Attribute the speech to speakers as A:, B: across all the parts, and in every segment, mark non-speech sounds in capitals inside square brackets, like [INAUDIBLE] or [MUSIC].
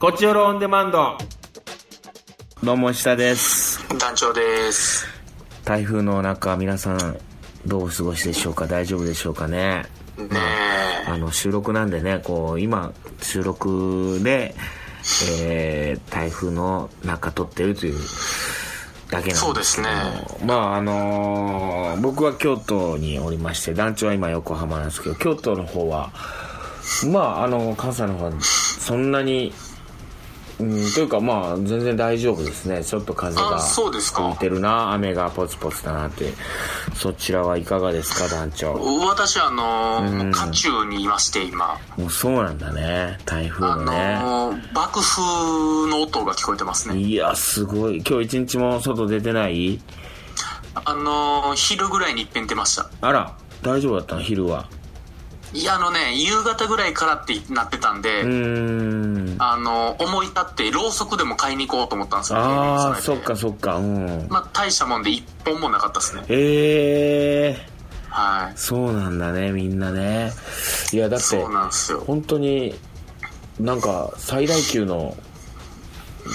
A: こちよろオンデマンド。
B: どうも下です
C: 団長です
B: 台風の中皆さんどうお過ごしでしょうか大丈夫でしょうかね
C: ねえ
B: あの収録なんでねこう今収録で、えー台風の中撮ってるというだけなんですけど
C: そうですね
B: まああのー僕は京都におりまして団長は今横浜なんですけど京都の方はまああの関西の方はそんなにうん、というかまあ全然大丈夫ですねちょっと風が
C: あそうですか
B: 吹いてるな雨がポツポツだなってそちらはいかがですか団長
C: 私あの
B: ん
C: 渦中にいまして今
B: もうそうなんだね台風
C: あ
B: のね、
C: の爆風の音が聞こえてますね
B: いやすごい今日一日も外出てない
C: あの昼ぐらいに一遍出ました
B: あら大丈夫だったの昼はい
C: やあのね夕方ぐらいからってなってたんで、
B: うーん
C: あの思い立ってろうそくでも買いに行こうと思ったんですよ
B: ああ
C: そ
B: そ
C: れ
B: っ
C: で
B: かそっかうん
C: まあ大したもんで一本もなかったですね
B: ええ
C: はい
B: そうなんだねみんなねいやだって
C: そうなんですよ
B: 本当になんか最大級の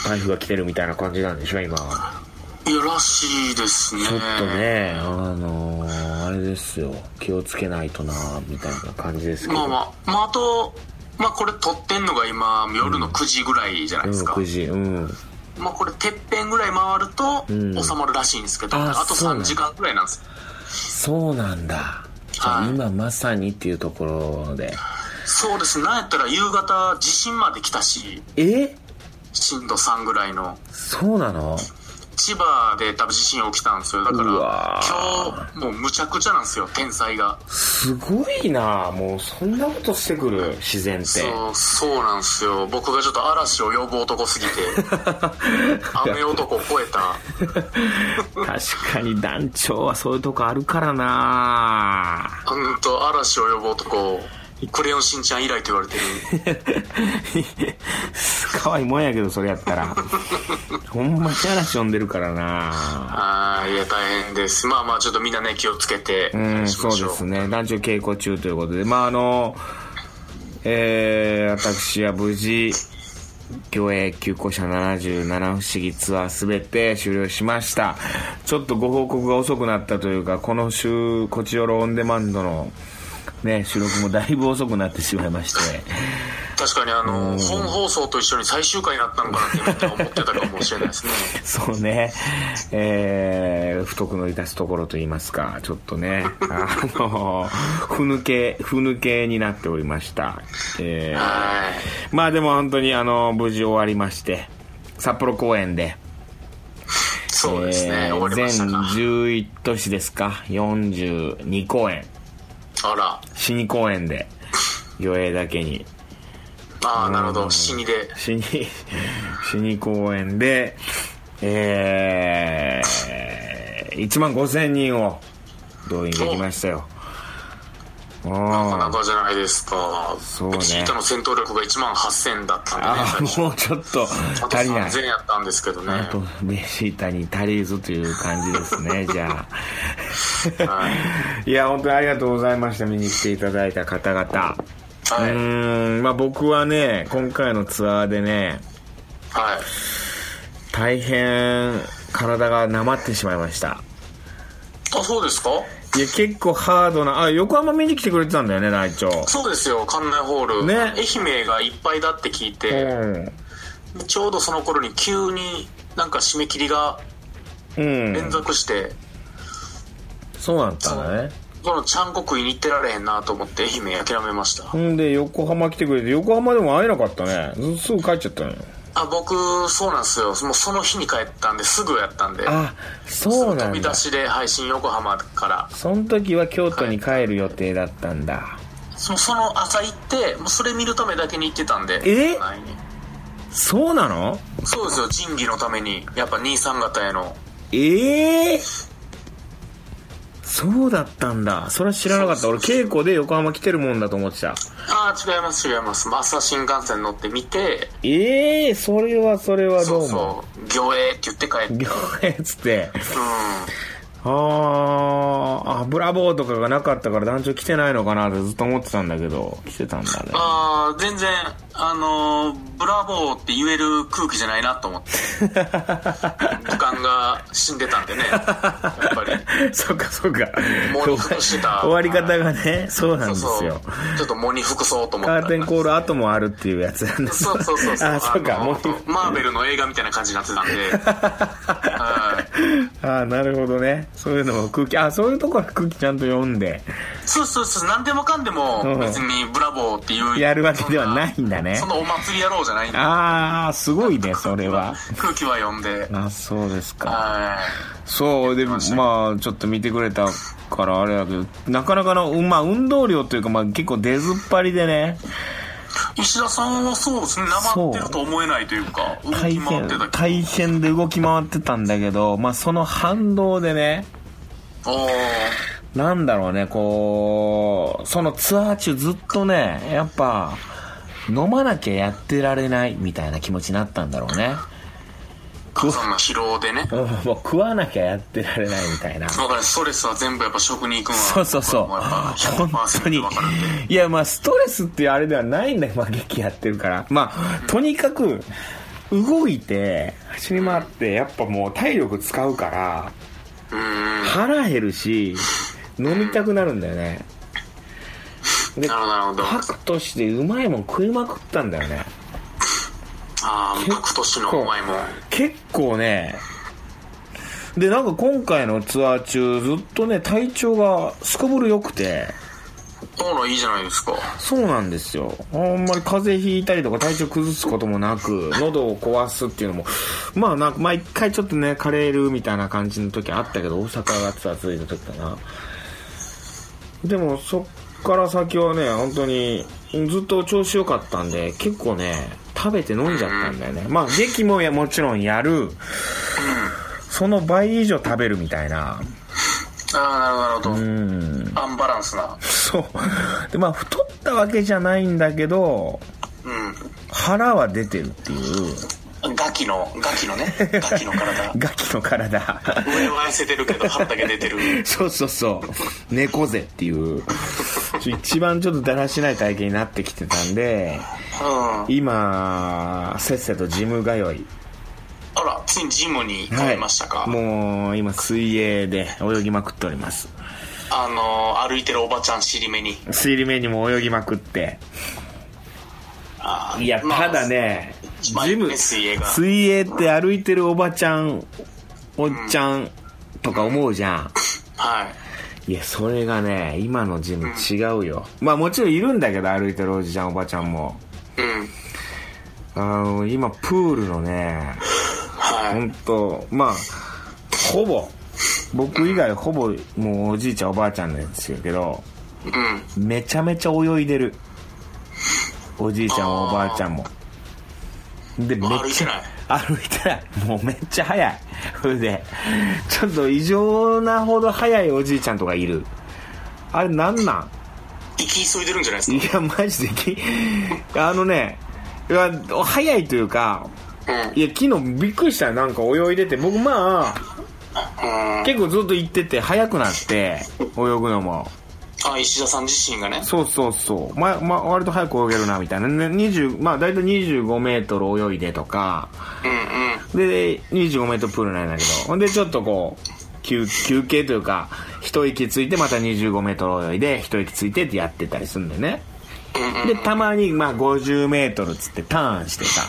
B: 台風が来てるみたいな感じなんでしょ今はい
C: やらしいですね
B: ちょっとねあのー、あれですよ気をつけないとなみたいな感じですけど
C: まあまあ、まあ、あと、まあこれ撮ってんのが今、夜の9時ぐらいじゃない
B: うん
C: ですか。
B: 9時うん
C: まあこれ、てっぺんぐらい回ると、
B: ん
C: 収まるらしいんですけど、
B: あ
C: あと
B: そうなん
C: 3時間ぐらいなんです。
B: そうなんだ。じゃあ
C: はい
B: 今まさにっていうところで。
C: そうですね、なんやったら夕方、地震まで来たし、
B: え
C: 震度3ぐらいの、
B: そうなの
C: 千葉で多分地震起きたんですよ。だから、
B: うわー
C: 今日、もうむちゃくちゃなんですよ、天才が。
B: すごいなもうそんなことしてくる、自然って。
C: そう、そうなんですよ。僕がちょっと嵐を呼ぶ男す
B: [LAUGHS]
C: ぎて、雨男を超えた。
B: 確かに団長はそういうとこあるからな [LAUGHS]
C: うんと嵐を呼ぶ男クレヨンしんちゃん以来と言われ
B: [LAUGHS]
C: てる
B: かわいいもんやけど、それやったら。ほんまに嵐呼んでるからな
C: ああいや大変ですまあまあちょっとみんなね気をつけて
B: うん、
C: し
B: そ
C: ま
B: う
C: しょ
B: ですね。団長稽古中ということで、まあ、あの、えー、私は無事、競泳急行車77不思議ツアーすべて終了しました。ちょっとご報告が遅くなったというか、この週、こちよろオンデマンドの、ね、収録もだいぶ遅くなってしまいまして、 [LAUGHS]
C: 確かにあの本放送と一緒に最終回になったのかなって思ってたかもしれないですね
B: そうね、えー、不徳の致すところといいますか、ちょっとね、あの、ふぬけ、ふぬけになっておりました。えー
C: は
B: まあでも本当にあの無事終わりまして札幌公演で
C: いそうですね、
B: えー
C: 終わりました
B: 全
C: か
B: 11都市ですか42公演
C: あら
B: 死に公演で魚影だけに
C: ああなるほど死にで
B: 死に [LAUGHS] 死に公演でえー、1万5000人を動員できましたよ
C: なか
B: あ
C: なかじゃないですか
B: そうね
C: チータの戦闘力が1万8000だったんでね
B: あ
C: 最初
B: ーもうちょっと
C: あと
B: 足りない
C: 3000やったんですけどね
B: あとベシータに足りずという感じです [LAUGHS] ねじゃ
C: はい
B: あいや本当にありがとうございました見に来ていただいた方々う
C: はい、
B: ーんまあ僕はね今回のツアーでね
C: はい
B: 大変体がなまってしまいました
C: あそうですか
B: いや結構ハードなあ横浜見に来てくれてたんだよね内調
C: そうですよ館内ホール、
B: ね
C: 愛媛がいっぱいだって聞いうて、
B: ん
C: ちょうどその頃に急になんか締め切りが
B: うん
C: 連続して、
B: そうだったんだね
C: そのちゃんこ食いに行ってられへんなと思って愛媛諦めました、
B: ほんで横浜来てくれて横浜でも会えなかったねずすぐ帰っちゃったのよ
C: あ僕そうなんですよもうその日に帰ったんですぐやったんで
B: あそうな
C: 飛
B: ん
C: び
B: だ
C: 出しで配信横浜から
B: その時は京都に帰る予定だったんだ
C: そのその朝行ってもうそれ見るためだけに行ってたんで
B: え
C: 館内に
B: そうなの
C: そうですよ仁義のためにやっぱ兄さん方への
B: ええそうだったんだそれは知らなかった
C: そう
B: 俺
C: そうそう
B: 稽古で横浜来てるもんだと思ってた
C: ああ違います違います朝新幹線乗ってみて
B: ええそれはそれは
C: そ
B: ど
C: う
B: うも
C: そう「魚影」って言って帰って
B: 行列って
C: う
B: あーあ、ブラボーとかがなかったから団長来てないのかなってずっと思ってたんだけど、来てたんだね。
C: あー全然、あのーブラボーって言える空気じゃないなと思
B: [LAUGHS]
C: って。武漢が死んでたんでね、やっぱ
B: [LAUGHS]
C: り。
B: そっかそっか。
C: もう一度してた
B: 終わり方がね、そうなん
C: そ
B: で
C: う
B: す
C: そう
B: よ。。
C: ちょっと藻に服そうと思っ
B: カ
C: た。
B: ーテンコール後もあるっていうやつなんです
C: そうそうそうそう。
B: あ、そうか、
C: あ
B: も
C: の
B: う一個
C: マーベルの映画みたいな感じになってたんで。はい
B: ああ、なるほどね。そういうのも空気、あそういうとこは空気ちゃんと読んで、
C: そうそうそう、何でもかんで
B: う
C: も
B: ん
C: 別にブラボーっていう。
B: やるわけではないんだね
C: そ。のお祭り野郎じゃないんで。
B: ああ、すごいね、それは。
C: 空気は読んで。
B: あそうですか。
C: は
B: そう、で、
C: やってましたね
B: まあ、ちょっと見てくれたからあれだけど、なかなかの、うんまあ、運動量というか、まあ、結構出ずっぱりでね、
C: い。石田さんはそうですね、なまってると思えないというか、動
B: 対
C: き回って
B: 戦、
C: たけ
B: 対戦で動き回ってたんだけど、まあ、その反動でね、
C: ど。おー
B: なんだろうね、こう、そのツアー中ずっとね、やっぱ、飲まなきゃやってられないみたいな気持ちになったんだろう [LAUGHS] ね。
C: 母さんの疲労でね。
B: うんもう食わなきゃやってられないみたいな。
C: だからストレスは全部やっぱ食に行くのは。
B: そうそうそう。
C: もやっぱ
B: 本当に [LAUGHS]
C: 100%わかるんで。。
B: いや、まあ、ストレスっていうあれではないんだよ。まあ、劇やってるから。まあ、とにかく、動いて、走り回って、やっぱもう体力使うから、
C: うーん。
B: 腹減るし、飲みたくなるんだよね。で、
C: なるほど、なるほど。
B: ハッとしてうまいもん食いまくったんだよね。
C: ああ、各年のお前も。
B: 結構ね、で、なんか今回のツアー中、ずっとね、体調がすこぶる良くて、
C: おのいいじゃないですか。
B: そうなんですよ。あんまり風邪ひいたりとか体調崩すこともなく、喉を壊すっていうのも、まあなんか毎回ちょっとね、枯れるみたいな感じの時あったけど、大阪がツアー続いた時かな。でもそっから先はね、本当にずっと調子良かったんで、結構ね、食べて飲んじゃったんだよね。まあ劇もやもちろんやる、その倍以上食べるみたいな。
C: ああ、なるほど、な
B: う
C: る
B: ん。
C: ほど。アンバランスな。
B: そう。で、まあ太ったわけじゃないんだけど、
C: う。
B: 腹は出てるっていうん
C: ガキの、ガキのね。ガキの体。
B: ガキの体
C: 上は痩せてるけど、腹だけ出 [LAUGHS] てる。
B: そうそうそう猫背っていうちょ一番ちょっとだらしない体型になってきてたんで
C: うん。
B: 今せっせとジム通い
C: あら、ついにジムに行かれましたか、
B: もう今水泳で泳ぎまくっております
C: あのー歩いてるおばちゃん尻目に。
B: 水里目にも泳ぎまくって
C: あー
B: いや
C: まあ
B: ただね
C: まあ
B: ジム
C: 水泳が
B: 水泳って歩いてるおばちゃんおっちゃんとか思うじゃん
C: はい。
B: いや、それがね、今のジム違うよ。まあもちろんいるんだけど、歩いてるおじちゃん、おばちゃんも。
C: うん。
B: あの、今、プールのね、ほ
C: はい。
B: んと、まあ、ほぼ、僕以外ほぼ、もうおじいちゃん、おばあちゃんなんですけど、
C: うん。
B: めちゃめちゃ泳いでる。おじいちゃんもおばあちゃんも。で、めっ
C: 歩い
B: ち
C: て
B: ゃ、
C: ない。
B: 歩いてない。もうめっちゃ速い。それで、ちょっと異常なほど速いおじいちゃんとかいる。あれなんなん
C: 行き急いでるんじゃないです
B: いや、マジでき、あのね、いや、早いというか、
C: かうん。
B: いや、昨日びっくりしたよなんか泳いでて。僕、まあ、
C: うん。
B: 結構ずっと行ってて、早くなって、泳ぐのも。
C: あ、石田さん自身がね。
B: そうそうそう。ま、ま、割と早く泳げるな、みたいな。ね、20、まあ、だいたい25メートル泳いでとか、
C: うんうん。
B: で、25メートルプールなんだけど、ほんで、ちょっとこう、休、休憩というか、一息ついて、また25メートル泳いで、一息ついてってやってたりするんだよね。
C: うんうん。
B: で、たまに、まあ、50メートルつってターンしてさ、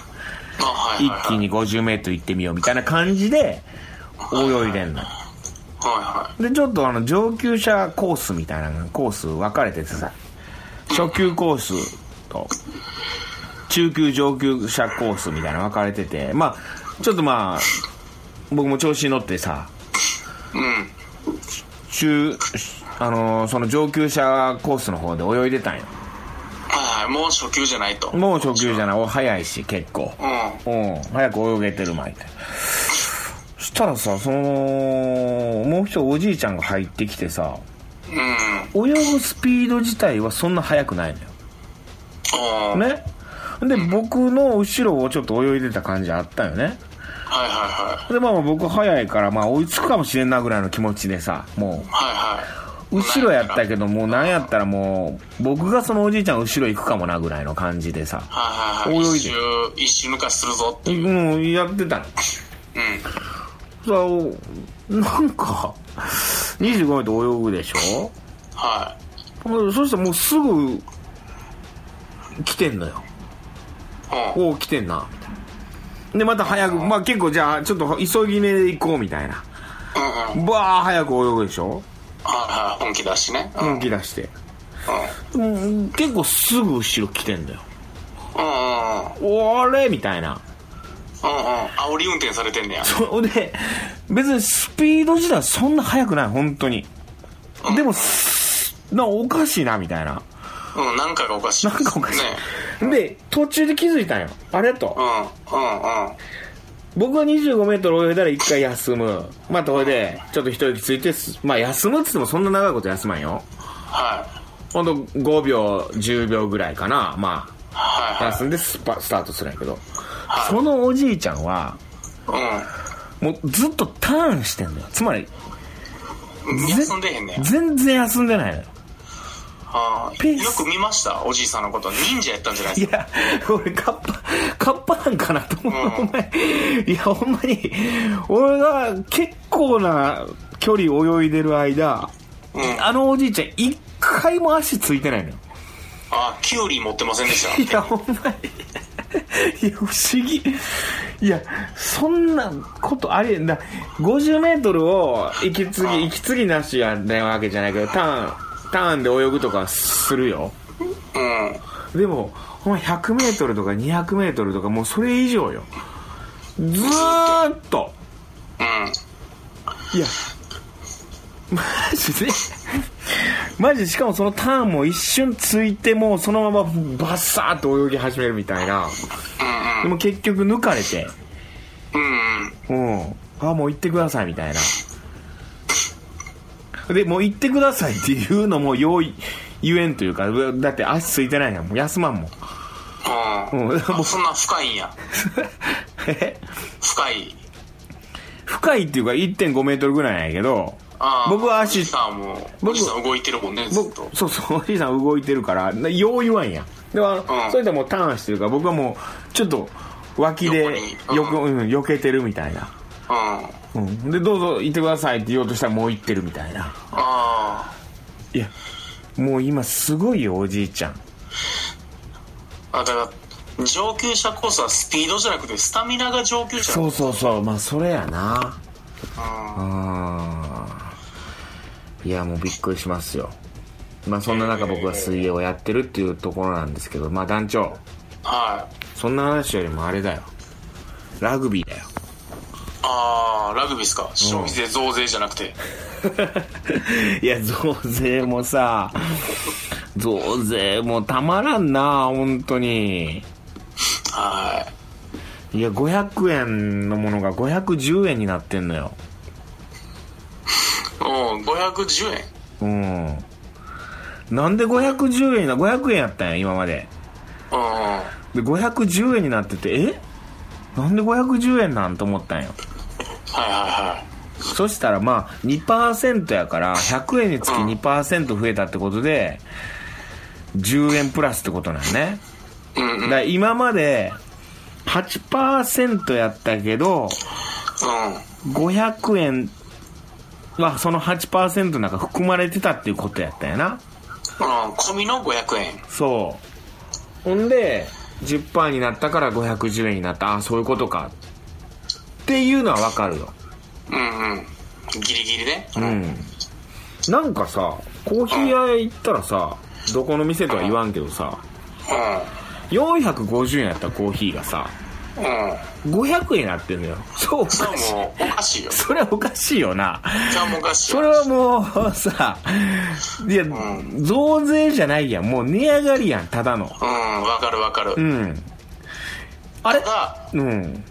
C: あ、はいはい、はい。
B: 一気。に50メートル行ってみようみたいな感じで、泳いでんのよ。
C: は
B: で、ちょっとあの、上級者コースみたいなのコース分かれててさ、初級コースと、中級上級者コースみたいなの分かれてて、まあ、ちょっとまあ、僕も調子に乗ってさ、
C: いはい。うん。
B: 中、あのーその上級者コースの方で泳いでたんよ。
C: はいはい。もう初級じゃないと。
B: もう初級じゃない、お早いし、結構。
C: うん。
B: うん、早く泳げてるまいって。そしたらさ、その、もう一人おじいちゃんが入ってきてさ、
C: うん。
B: 泳ぐスピード自体はそんな速くないのよ。
C: あ
B: ね
C: ー
B: で、僕の後ろをちょっと泳いでた感じあったよね。
C: ははいはいはい
B: で、まあ僕早いから、まあ追いつくかもしれんなぐらいの気持ちでさ、も、
C: はいうはい
B: 後ろやった
C: はい
B: けど、もうなんやったらもう、僕がそのおじいちゃん後ろ行くかもなぐらいの感じでさ、
C: はいはい
B: 泳
C: 一
B: いで
C: 周一周抜かしするぞって
B: う
C: いううん
B: ん、やってたの。そうなんか、25メートル泳ぐでしょ
C: は
B: うんそしたらもうすぐ、来てんのよ。
C: いうん
B: おお、来てんな。で、また早く、まあ結構じゃあ、ちょっと急ぎ目で行こうみたいな。
C: うんうんはい
B: バー早く泳ぐでしょ
C: はい本気出しねうんうん
B: 本気出して。うん結構すぐ後ろ来てんだよ。
C: うんうん
B: おーあれみたいな。
C: うんうん煽り運転されてんねや
B: それで、別にスピード自体はそんな速くない、本当に。でも、すなおかしいな、みたいな。
C: うんなんかがおかしい
B: な
C: で
B: ん
C: す
B: かおかし
C: ね
B: い。で、途中で気づいたんよ。あれ
C: う
B: と。
C: んうんうん
B: 僕は25メートル泳いだら一回休む。まあ、それで、ちょっと一息ついてす、まあ、休むって言ってもそんな長いこと休まんよ。
C: はい
B: ほんと、5秒、10秒ぐらいかな。まあ、
C: はいはい
B: 休んでスパスタートするんやけど、そのおじいちゃんはもうずっとターンしてんだよつまり
C: うん
B: ぜ
C: 休んでへんねや
B: 全然休んでないのよ
C: あー
B: ピース
C: よく見ましたおじいさんのこと忍者やったんじゃない
B: い
C: ですか
B: や俺カッパカッパなんかなと思う、
C: うん
B: お前いやほんまに俺が結構な距離泳いでる間、
C: うん
B: あのおじいちゃん一回も足ついてないのよ
C: あーキュウリ持ってませんでした
B: いやほんまにいや不思議いやそんなことありえんだ50メートルを息継ぎ息継ぎなしやないわけじゃないけどターンターンで泳ぐとかするよ
C: うん
B: でもほんま100メートルとか200メートルとかもうそれ以上よずーっと
C: うん
B: いやマジでマジでしかもそのターンも一瞬ついてもうそのままバッサーっと泳ぎ始めるみたいなでも結局抜かれて、
C: うんうん
B: うん。あ、もう行ってくださいみたいな。で、もう行ってくださいっていうのも用意、言えんというか、うだって足ついてないやん。もう休まんもん。 [LAUGHS]
C: うん
B: うん。
C: あそんな深いんや
B: え
C: 深い
B: 深いっていうか1.5メートルぐらいなんやけど、
C: あー
B: 僕は
C: おじ
B: 足、
C: さんも
B: 僕
C: おじさん動いてるもんねずっと
B: 僕、そうそう、おじいさん動いてるから、なよう言わんやん。でも、あの
C: うん
B: それともうターンしてるから、僕はもう、ちょっと、脇で
C: 横に、うん
B: よく、うん、避けてるみたいな。
C: うんあ
B: うん。で、どうぞ行ってくださいって言おうとしたらもう行ってるみたいな。
C: あ
B: いや、もう今すごいよ、おじいちゃん。
C: あだから上級者コースはスピードじゃなくてスタミナが上級者
B: そうそうそうまあそれやな
C: うん
B: あーいやもうびっくりしますよまあそんな中僕は水泳をやってるっていうところなんですけどまあ団長
C: はい
B: そんな話よりもあれだよラグビーだよ
C: ああラグビーですか消費税増税じゃなくて
B: [LAUGHS] いや増税もさ増税もたまらんな本当に
C: はい
B: いや500円のものが510円になってんのよ
C: うん510円
B: うんなんで510円な500円やったんや今まで
C: うんうん
B: で510円になっててえなんで510円なんと思ったんよ
C: はいは
B: そしたらまあ2%やから100円につき
C: うん
B: 2%増えたってことで10円プラスってことなんよね
C: いはいうんう
B: だ
C: ん
B: から今まで8%やったけど
C: う
B: 500円はその8%なんか含まれてたっていうことやったんやなん
C: うん込みの500円
B: そうほんで10%になったから510円になったあそういうことかっていうのはわかるよ
C: うんうんギリギリね
B: うんなんかさコーヒー屋へ行ったらさどこの店とは言わんけどさ450円やったコーヒーがさ
C: うんうん
B: 500円になってんのよそうおかし
C: それはいもうおかしいよ
B: それはおかしいよな
C: じゃあもうおかしい
B: それはもうさいや、
C: ん
B: 増税じゃないやんもう値上がりやんただの
C: うんわかるわかる
B: うんあれ
C: ただ
B: うん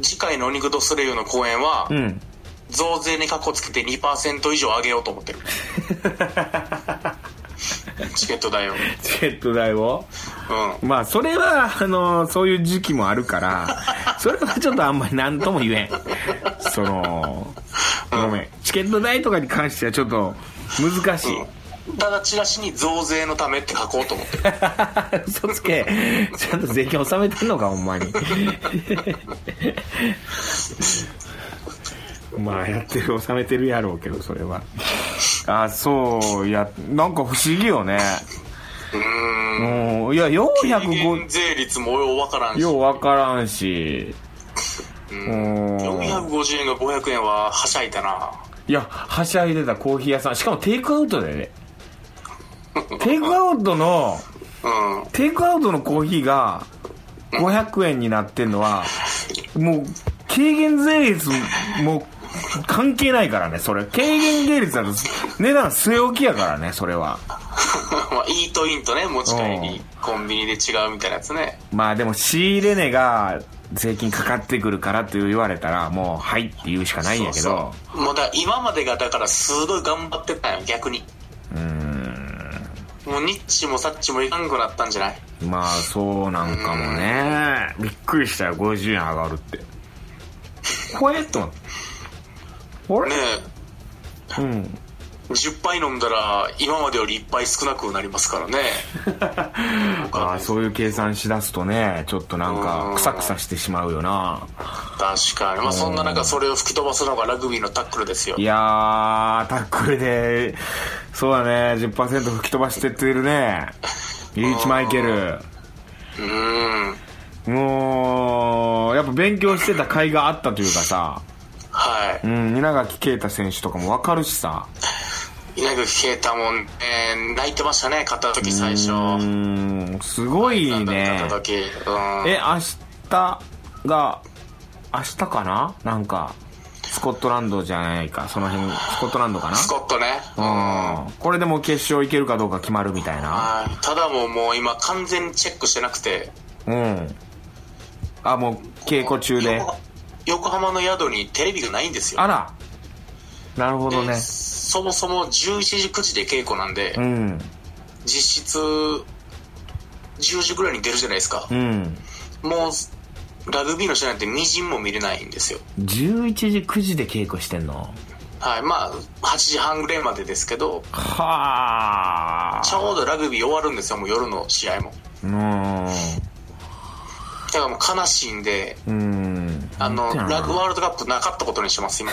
C: 次回のお肉とスレユの公演は
B: うん
C: 増税にカッコつけて2%以上上げようと思ってるチケット代を。うん。
B: チケット代をまあそれはあのそういう時期もあるからそれはちょっとあんまり何とも言えんそのごめんチケット代とかに関してはちょっと難しい、
C: ただチラシに増税のためって書こうと思ってる。
B: 嘘つけちゃんと税金納めてんのかほんまに [LAUGHS] まあやってる納めてるやろうけどそれはあそういやなんか不思議よねうんいや
C: 軽減
B: 450
C: 税率もようわからんし。
B: よう分からんしうん
C: 450円が500円ははしゃいだな。
B: いやはしゃいでたコーヒー屋さんしかもテイクアウトだよ [LAUGHS] ねテイクアウトの
C: うん。 [LAUGHS]
B: テイクアウトのコーヒーが500円になってんのはもう軽減税率も関係ないからねそれ軽減税率だと値段据え置きやからねそれは
C: まあ、イートインとね、持ち帰り、コンビニで違うみたいなやつね。
B: まあでも仕入れ値が税金かかってくるからって言われたらもうはいって言うしかないんやけど
C: そうもうだから今までがだからすごい頑張ってたよ逆にもうニッチもサッチもいかんくなったんじゃない
B: まあそうなんかもねびっくりしたよ50円上がるってこれと思ってあれ
C: ね
B: うん
C: え10杯飲んだら今までより1杯少なくなります
B: [LAUGHS]
C: からね
B: ああそういう計算しだすとねちょっとなんか
C: うん
B: クサクサしてしまうよな
C: 確かにまあそんな中それを吹き飛ばすのがラグビーのタックルですよ
B: いやータックルでそうだね10%吹き飛ばしてってるねリーチマイケル
C: うーん
B: もうやっぱ勉強してた甲斐があったというかさ、
C: は
B: うん、稲垣啓太選手とかも分かるしさ
C: い稲垣啓太も、えー泣いてましたね勝った時最初
B: うーんすごいね
C: 勝った時うん
B: え明日が明日かななんかスコットランドじゃないかその辺スコットランドかな
C: スコットね
B: うんこれでもう決勝行けるかどうか決まるみたいな。
C: はいただもうもう今完全にチェックしてなくて
B: うん。あ、もう稽古中で。
C: 横横浜の宿にテレビがないんですよ
B: あら。なるほどね
C: で。そもそも11時9時で稽古なんで、
B: うん。
C: 実質10時ぐらいに出るじゃないですか
B: う、ん。
C: もうラグビーの試合なんてみじんも見れないんですよ
B: 11時、9時で稽古してんの
C: はいまあ8時半ぐらいまでですけど
B: は
C: ち
B: あ。
C: ょうどラグビー終わるんですよもう夜の試合も
B: うん。
C: だからもう悲しいんで
B: うん。
C: あの
B: なんてや
C: ラ
B: ろ
C: グ
B: な
C: ワールドカップなかったことにしてます今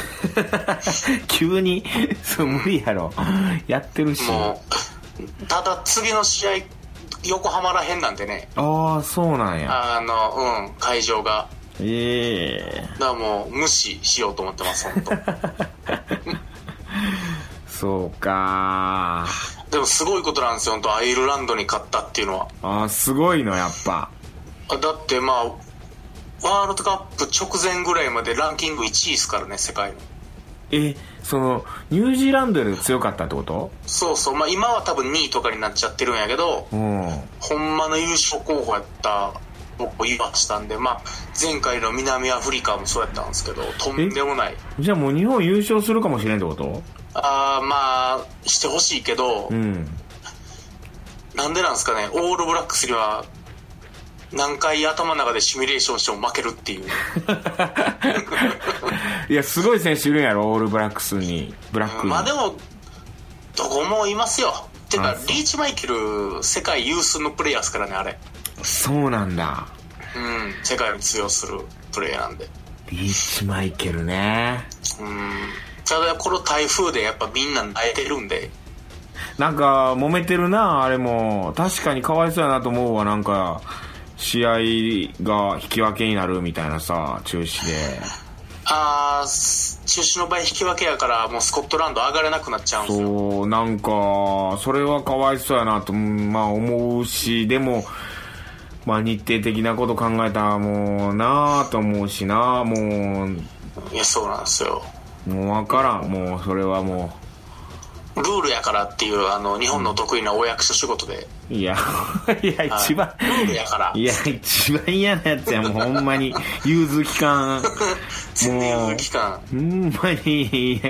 B: [LAUGHS] 急に、 [LAUGHS] そう、無理やろ。やってるし。
C: もうただ次の試合横浜らへんなんでね
B: ああ、そうなんや。
C: あのうん会場が
B: ええ
C: だからもう無視しようと思ってます本当
B: そうか
C: [LAUGHS] でもすごいことなんですよ本当アイルランドに勝ったっていうのは
B: ああ、すごいの、やっぱ。
C: だってまあワールドカップ直前ぐらいまでランキング1位ですからね世界の
B: えそのニュージーランドより強かったってこと
C: そうそうまあ今は多分2位とかになっちゃってるんやけど
B: うんあ
C: ほんまの優勝候補やった僕を言わしたんでまあ前回の南アフリカもそうやったんですけどとんでもない
B: じゃあもう日本優勝するかもしれんってこと
C: あーまあしてほしいけど、
B: うん
C: なんでなんですかねオールブラックスには何回頭の中でシミュレーションしても負けるっていう
B: いやすごい選手いるんやろオールブラックスにブラックに
C: まあでもどこもいますよて
B: あ
C: か
B: そう
C: リーチマイケル世界有数のプレイヤーですからねあれ
B: そうなんだ
C: うん世界を通用するプレイヤーなんで
B: リーチマイケルね
C: うんただこの台風でやっぱみんな泣いてるんで
B: なんか揉めてるなあれも確かにかわいそうやなと思うわなんか試合が引き分けになるみたいなさ中止で
C: ああ中止の場合引き分けやからもうスコットランド上がれなくなっちゃうんですよ
B: そうなんかそれはかわいそうやなと、うんまあ、思うしでも、まあ、日程的なこと考えたらもうなあと思うしなもう
C: いやそうなんですよ
B: もう分からんもうそれはも
C: ルールやからっていうあの日本の得意なお役所仕事で
B: ういや [LAUGHS] いや一番
C: ルールやから
B: いや一番嫌なやつやもうほんまに融通機関
C: 宣伝有期間
B: ほんまに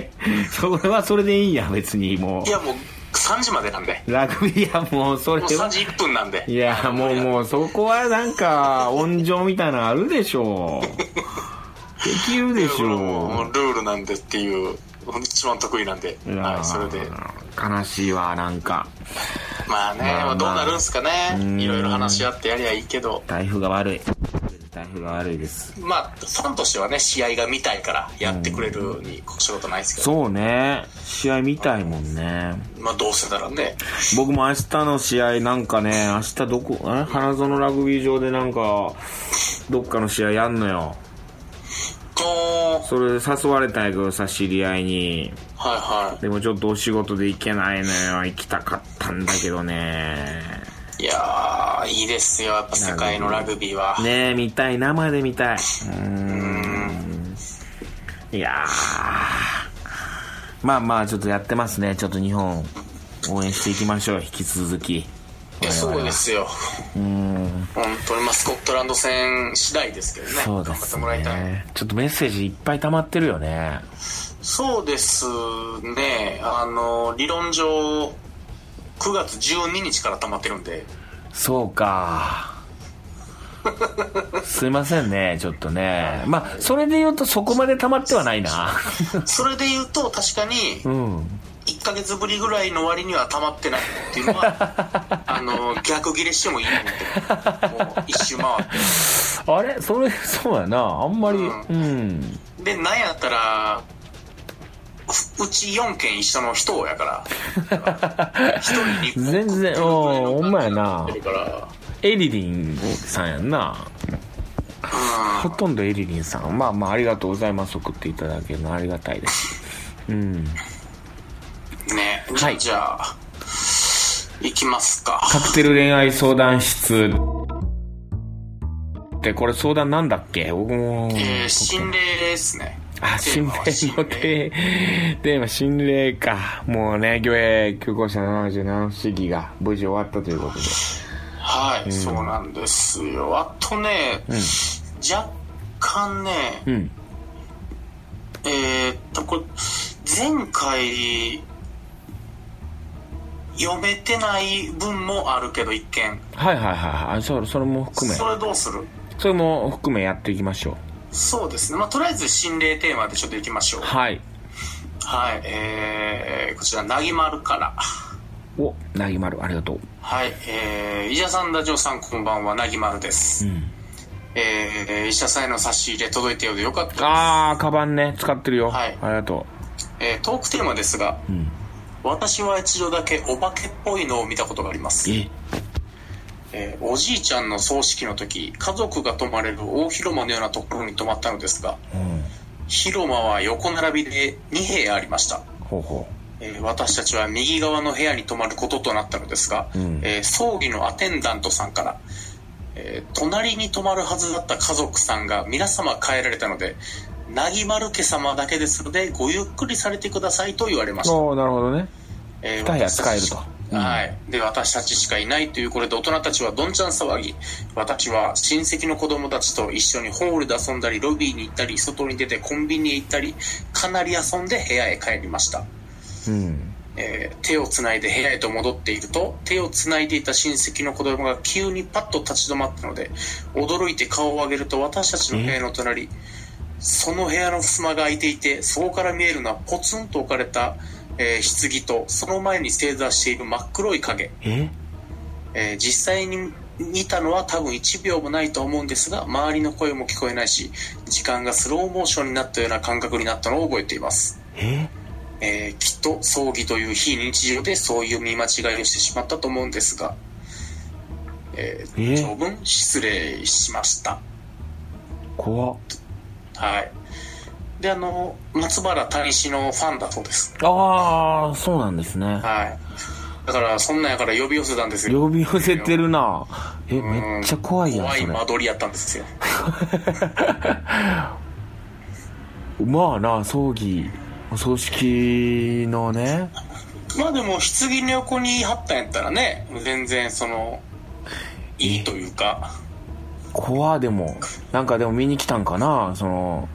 B: それはそれでいいや別にもう
C: いやもう3時までなんで。
B: ラグビーはもうそれ
C: もう3
B: は
C: 時1分なんで。
B: いやもうもうそこはなんか温情みたいなのあるでしょうできるでし
C: も
B: ょ
C: うルールなんでっていう、一番得意なんで。
B: ういや
C: はい、それで。
B: 悲しいわなんか
C: まあね、
B: まあまあ
C: どうなるんすかね。いろいろ話し合ってやりゃいいけど、
B: 台風が悪い台風が悪いです
C: まあ、ファンとしてはね、試合が見たいからやってくれるに越したことないですけど、
B: そうね試合見たいもんね
C: まあどうせならね、
B: 僕も明日の試合なんかね明日どこえ花園ラグビー場でなんかどっかの試合やんのよ
C: もう、
B: それで誘われたんやけどさ知り合いに
C: はいは
B: でもちょっとお仕事で行けないのよ行きたかったんだけどね
C: い。いやー、いいですよ、やっぱ世界のラグビーは。
B: ねえ見たい生で見たいうーんいやーまあまあちょっとやってますねちょっと日本応援していきましょう引き続き
C: いやそうですよ。本当に、まあ、スコットランド戦次第ですけどね。
B: そうで
C: 頑張っ
B: す
C: てもらいたい。
B: ねちょっとメッセージいっぱい溜まってるよね
C: そうですね、あの、理論上、9月12日から溜まってる
B: [LAUGHS]
C: んで、
B: そうかすいませんねちょっとねまあそれで言うとそこまで溜まってはないな
C: それで言うと確かに
B: うん
C: 1ヶ月ぶりぐらいの割には溜まってないっていうの
B: [LAUGHS]
C: はあの逆切れしてもいいなってもう一周回っ
B: あれそれそうやなあんまり
C: うん
B: うん
C: てでなんやったらううち4件一緒の人やから
B: [LAUGHS]
C: 一人に
B: 全然うんほんまやな
C: だから
B: エリリンさんやんなほとんどエリリンさんまあまあありがとうございます送っていただけるのありがたいですうん
C: うんね
B: はい
C: じゃあ行きますか
B: カクテル恋愛相談室でこれ相談なんだっけ僕も
C: えー、心霊ですね
B: あ、
C: テー
B: 心
C: マ
B: 霊
C: は
B: のテーテーマ、心霊か。もうね、魚影旧校舎77不思議が無事終わったということで。
C: はい、そうなんですよあとね、若干ね、
B: うん。
C: えーっと、これ、前回、読めてない文もあるけど、一見。
B: はいはいはいはいあ。それそれも含め、
C: それどうする
B: それも含めやっていきましょう。
C: そうですね。まあ、とりあえず心霊テーマでちょっと行きましょう。
B: はい。
C: はい。えー、こちら、なぎまるから。
B: お、なぎまる、ありがとう。
C: はい。えー、医者さん、ラジオさん、こんばんは、なぎまるです。
B: ん
C: えー、医者さんへの差し入れ届いたようでよかったです。
B: あー、カバンね、使ってるよ。
C: はい
B: ありがと
C: えー、トークテーマですが、私は一度だけお化けっぽいのを見たことがあります
B: う。。え、
C: えーおじいちゃんの葬式の時家族が泊まれる大広間のようなところに泊まったのですが
B: うん。
C: 広間は横並びで2部屋ありました、
B: ほうほ
C: えー私たちは右側の部屋に泊まることとなったのですが、
B: ん
C: えー葬儀のアテンダントさんから、えー隣に泊まるはずだった家族さんが皆様帰られたのでなぎまる家様だけですのでごゆっくりされてくださいと言われま
B: う。
C: した
B: おー、なるほどね。
C: えー
B: 二部屋使えるとうん
C: はい。で、私たちしかいないというこれで大人たちはどんちゃん騒ぎ。私は親戚の子供たちと一緒にホールで遊んだり、ロビーに行ったり、外に出てコンビニへ行ったり、かなり遊んで部屋へ帰りました。
B: うん。
C: えー手をつないで部屋へと戻っていると、手をつないでいた親戚の子供が急にパッと立ち止まったので、驚いて顔を上げると私たちの部屋の隣、その部屋の襖が開いていて、そこから見えるのはポツンと置かれた、えー棺と、その前に正座している真っ黒い影。
B: え
C: えー実際に見たのは多分1秒もないと思うんですが、周りの声も聞こえないし、時間がスローモーションになったような感覚になったのを覚えています。
B: え
C: えーきっと葬儀という非日常でそういう見間違いをしてしまったと思うんですが、えー
B: えー
C: 長文失礼しました
B: 怖っ。
C: はいであの松原谷氏のファンだそうです
B: あー、そうなんですね。
C: はいだからそんなんやから呼び寄せたんですよ
B: 呼び寄せてるなえ、めっちゃ怖いやん、
C: 怖
B: そ
C: い
B: れ。
C: 間取りやったんですよ
B: まあな葬儀お葬式のね
C: まあでも棺の横に貼ったんやったらね全然そのいいというか
B: 怖でもなんかでも見に来たんかなその